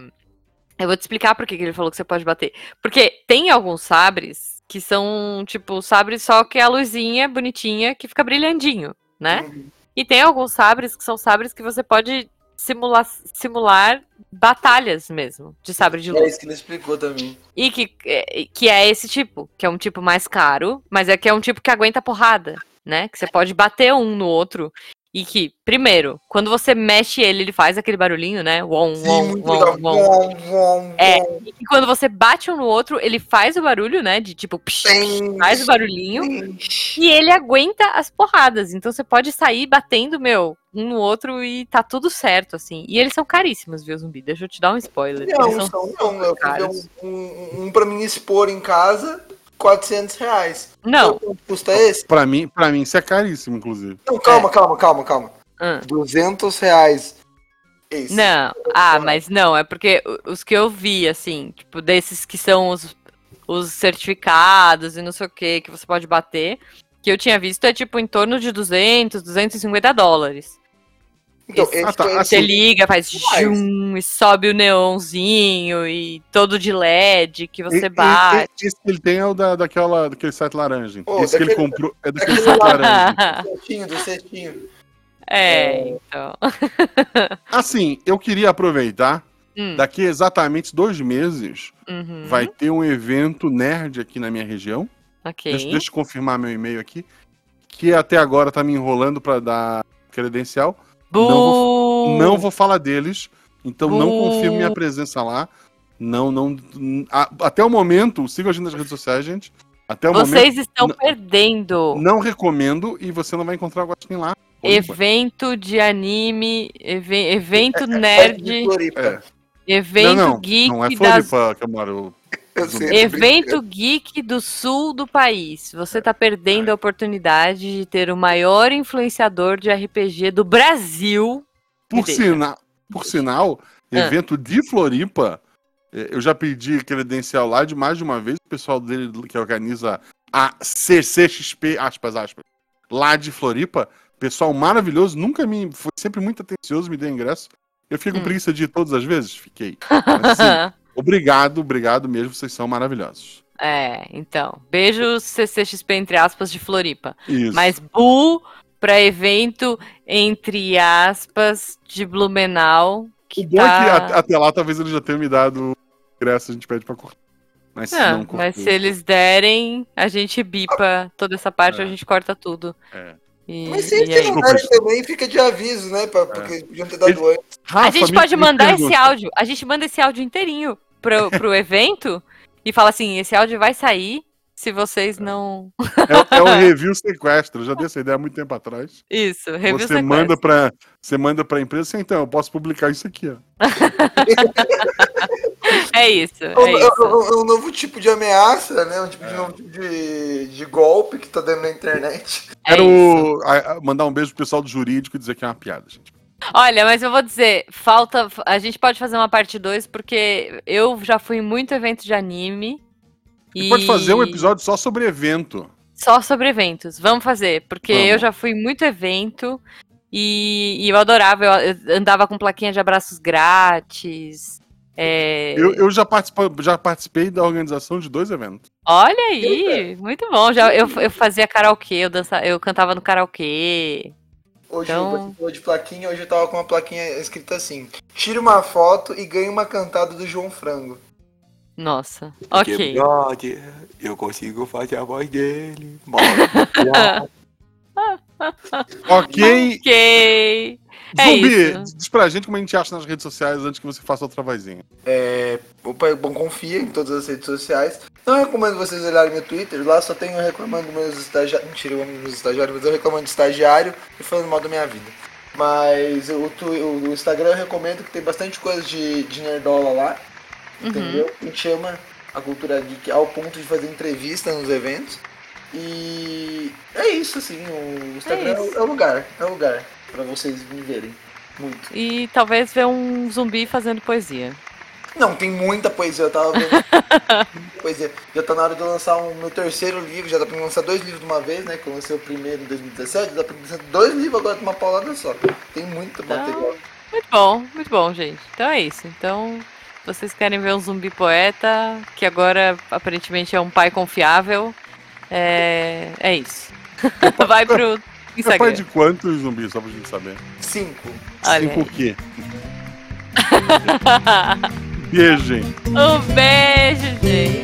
Speaker 2: Eu vou te explicar por que que ele falou que você pode bater. Porque tem alguns sabres que são, tipo, sabres só que é a luzinha bonitinha que fica brilhandinho, né?
Speaker 3: Uhum.
Speaker 2: E tem alguns sabres que são sabres que você pode simular, simular batalhas mesmo, de sabre de
Speaker 3: É
Speaker 2: luz.
Speaker 3: isso que ele explicou também.
Speaker 2: E que é, que é esse tipo, que é um tipo mais caro, mas é que é um tipo que aguenta porrada, né? Que você pode bater um no outro. E que, primeiro, quando você mexe ele, ele faz aquele barulhinho, né? Wom,
Speaker 3: Sim,
Speaker 2: wom,
Speaker 3: muito
Speaker 2: wom,
Speaker 3: legal.
Speaker 2: wom.
Speaker 3: Vom, vom,
Speaker 2: É,
Speaker 3: vom,
Speaker 2: E quando você bate um no outro, ele faz o barulho, né? De tipo, psh,
Speaker 3: tem,
Speaker 2: faz o barulhinho.
Speaker 3: tem.
Speaker 2: E ele aguenta as porradas. Então você pode sair batendo, meu, um no outro e tá tudo certo, assim. E eles são caríssimos, viu, zumbi? Deixa eu te dar um spoiler. Eles
Speaker 3: Não,
Speaker 2: são-
Speaker 3: são não. Eu fui ver
Speaker 2: caros.
Speaker 3: um, um, um pra mim expor em casa, 400 reais.
Speaker 2: Não.
Speaker 3: Sabe Quanto custa esse?
Speaker 1: Pra mim, pra mim, isso é caríssimo, inclusive.
Speaker 3: Não,
Speaker 2: É.
Speaker 3: calma, calma, calma, calma.
Speaker 2: ah.
Speaker 3: 200 reais. Esse.
Speaker 2: Não, ah, mas não, é porque o- os que eu vi, assim, tipo, desses que são os, os certificados e não sei o que, que você pode bater, que eu tinha visto é tipo em torno de 200, 250 dólares.
Speaker 3: Então,
Speaker 2: esse-
Speaker 3: esse,
Speaker 1: Ah, tá,
Speaker 3: foi-
Speaker 1: assim,
Speaker 2: Você liga, faz
Speaker 3: Mas-
Speaker 2: zoom e sobe o neonzinho e todo de LED que você
Speaker 1: E- e-
Speaker 2: bate.
Speaker 1: e- Esse que ele tem é o da, daquela, daquele site laranja.
Speaker 3: Ô,
Speaker 1: esse que ele
Speaker 3: daquele-
Speaker 1: comprou é daquele
Speaker 3: daquele
Speaker 1: site
Speaker 3: lá.
Speaker 1: laranja.
Speaker 3: cestinho, do cestinho.
Speaker 2: é, então.
Speaker 1: Assim, eu queria aproveitar.
Speaker 2: Hum,
Speaker 1: Daqui exatamente dois meses
Speaker 2: uhum,
Speaker 1: vai ter um evento nerd aqui na minha região.
Speaker 2: ok.
Speaker 1: Deixa, deixa eu confirmar meu e-mail aqui. Que até agora tá me enrolando pra dar credencial.
Speaker 2: Buu!
Speaker 1: Não vou falar deles. Então não
Speaker 2: Uh.
Speaker 1: confirmo minha presença lá. Não, não. a- até o momento, sigam a gente nas redes sociais, gente. Até é o momento.
Speaker 2: Vocês estão
Speaker 1: Não-
Speaker 2: perdendo.
Speaker 1: Não recomendo e você não vai encontrar o Guaxinim lá. Por enquanto.
Speaker 2: Evento de anime, even- evento
Speaker 3: É
Speaker 2: nerd,
Speaker 3: de Floripa.
Speaker 1: É.
Speaker 2: evento
Speaker 1: não, não,
Speaker 2: geek
Speaker 1: não é
Speaker 2: das-
Speaker 1: Floripa que eu moro.
Speaker 3: Eu sei,
Speaker 1: é
Speaker 2: É
Speaker 3: tô
Speaker 2: evento geek do sul do país. Você tá perdendo a oportunidade de ter o maior influenciador de RPG do Brasil. Me
Speaker 1: Por,
Speaker 2: deixa.
Speaker 1: sina... Por sinal,
Speaker 2: Ah.
Speaker 1: evento de Floripa, eh, eu já pedi credencial lá de mais de uma vez. O pessoal dele que organiza a CCXP, aspas, aspas, lá de Floripa, pessoal maravilhoso, nunca me. Foi sempre muito atencioso, me deu ingresso. Eu fiquei com
Speaker 2: Hum.
Speaker 1: preguiça de ir todas as vezes? Fiquei. Mas, assim, obrigado, obrigado mesmo, vocês são maravilhosos.
Speaker 2: é, então. Beijo CCXP entre aspas de Floripa.
Speaker 1: Isso.
Speaker 2: Mas bu pra evento entre aspas de Blumenau.
Speaker 1: O
Speaker 2: Que
Speaker 1: bom é que
Speaker 2: tá...
Speaker 1: a- até lá talvez eles já tenham me dado o ingresso, a gente pede pra cortar. Mas se
Speaker 2: Ah,
Speaker 1: não cortou.
Speaker 2: mas se eles derem, a gente bipa toda essa parte,
Speaker 1: É.
Speaker 2: a gente corta tudo.
Speaker 1: É.
Speaker 2: E-
Speaker 3: Mas se eles
Speaker 2: e aí-
Speaker 1: Desculpa, É.
Speaker 3: derem
Speaker 1: gente.
Speaker 3: também, fica de aviso, né? Pra, porque podiam ter
Speaker 1: Eles-
Speaker 3: dado antes.
Speaker 1: Rafa,
Speaker 2: a gente
Speaker 1: Ah, me-
Speaker 2: pode
Speaker 1: me
Speaker 2: mandar esse
Speaker 1: pergunta.
Speaker 2: áudio, a gente manda esse áudio inteirinho pro, pro evento e fala assim: esse áudio vai sair se vocês não.
Speaker 1: É, é o review sequestro, eu já dei essa ideia há muito tempo atrás.
Speaker 2: Isso, review
Speaker 1: você
Speaker 2: sequestro.
Speaker 1: manda para você manda para empresa, assim, então eu posso publicar isso aqui, ó.
Speaker 2: É isso,
Speaker 3: É,
Speaker 2: é
Speaker 3: um- é
Speaker 2: isso.
Speaker 3: um- é um novo tipo de ameaça, né? Um tipo
Speaker 1: É.
Speaker 3: de novo tipo de, de golpe que tá dando na internet.
Speaker 2: É isso.
Speaker 1: Quero a- a- mandar um beijo pro pessoal do jurídico e dizer que é uma piada, gente.
Speaker 2: Olha, mas eu vou dizer, falta. A gente pode fazer uma parte 2, porque eu já fui em muito evento de anime.
Speaker 1: E pode fazer um episódio só sobre evento.
Speaker 2: Só sobre eventos. Vamos fazer, porque
Speaker 1: Vamos.
Speaker 2: eu já fui em muito evento. E, e eu adorava, eu, eu andava com plaquinha de abraços grátis. é,
Speaker 1: Eu, eu já, participa- já participei da organização de dois eventos.
Speaker 2: Olha aí, muito bom. Já, eu, eu fazia karaokê, eu, dança, eu cantava no karaokê.
Speaker 3: Hoje
Speaker 2: Então-
Speaker 3: você falou de plaquinha, hoje eu tava com uma plaquinha escrita assim: tira uma foto e ganha uma cantada do João Frango.
Speaker 2: Nossa,
Speaker 4: Porque,
Speaker 2: ok.
Speaker 4: brother, eu consigo fazer a voz dele. Bora.
Speaker 1: Ok.
Speaker 2: Ok. É
Speaker 1: Zumbi,
Speaker 2: isso.
Speaker 1: diz pra gente como a gente acha nas redes sociais antes que você faça outra vozinha.
Speaker 3: É, opa, bom, confia em todas as redes sociais. Não recomendo vocês olharem meu Twitter, lá só tenho reclamando meus estagiários. Mentira, eu amo meus estagiários, mas eu reclamando de estagiário e falando mal da minha vida. Mas o, tu- o Instagram eu recomendo que tem bastante coisa de, de nerdola lá, entendeu? A gente ama a cultura geek ao ponto de fazer entrevista nos eventos. E é isso, assim, o Instagram é,
Speaker 2: isso.
Speaker 3: o- é o lugar, é o lugar pra vocês me verem. Muito.
Speaker 2: E talvez ver um zumbi fazendo poesia.
Speaker 3: Não, tem muita poesia, eu tava vendo. poesia. Já tá na hora de eu lançar o meu terceiro livro, já dá pra lançar dois livros de uma vez, né? Que eu lancei o primeiro em 2017, dá pra lançar dois livros agora de uma paulada só. Tem muito
Speaker 2: Então-
Speaker 3: material.
Speaker 2: Muito bom, muito bom, gente. Então é isso. Então, vocês querem ver um zumbi poeta, que agora aparentemente é um pai confiável. É, é isso. Vai pro
Speaker 1: Você é pai
Speaker 2: Instagram.
Speaker 1: de quantos zumbis, só pra gente saber?
Speaker 3: Cinco.
Speaker 2: Olha
Speaker 1: Cinco
Speaker 2: aí.
Speaker 1: o quê? Beijo, gente.
Speaker 2: um beijo, gente.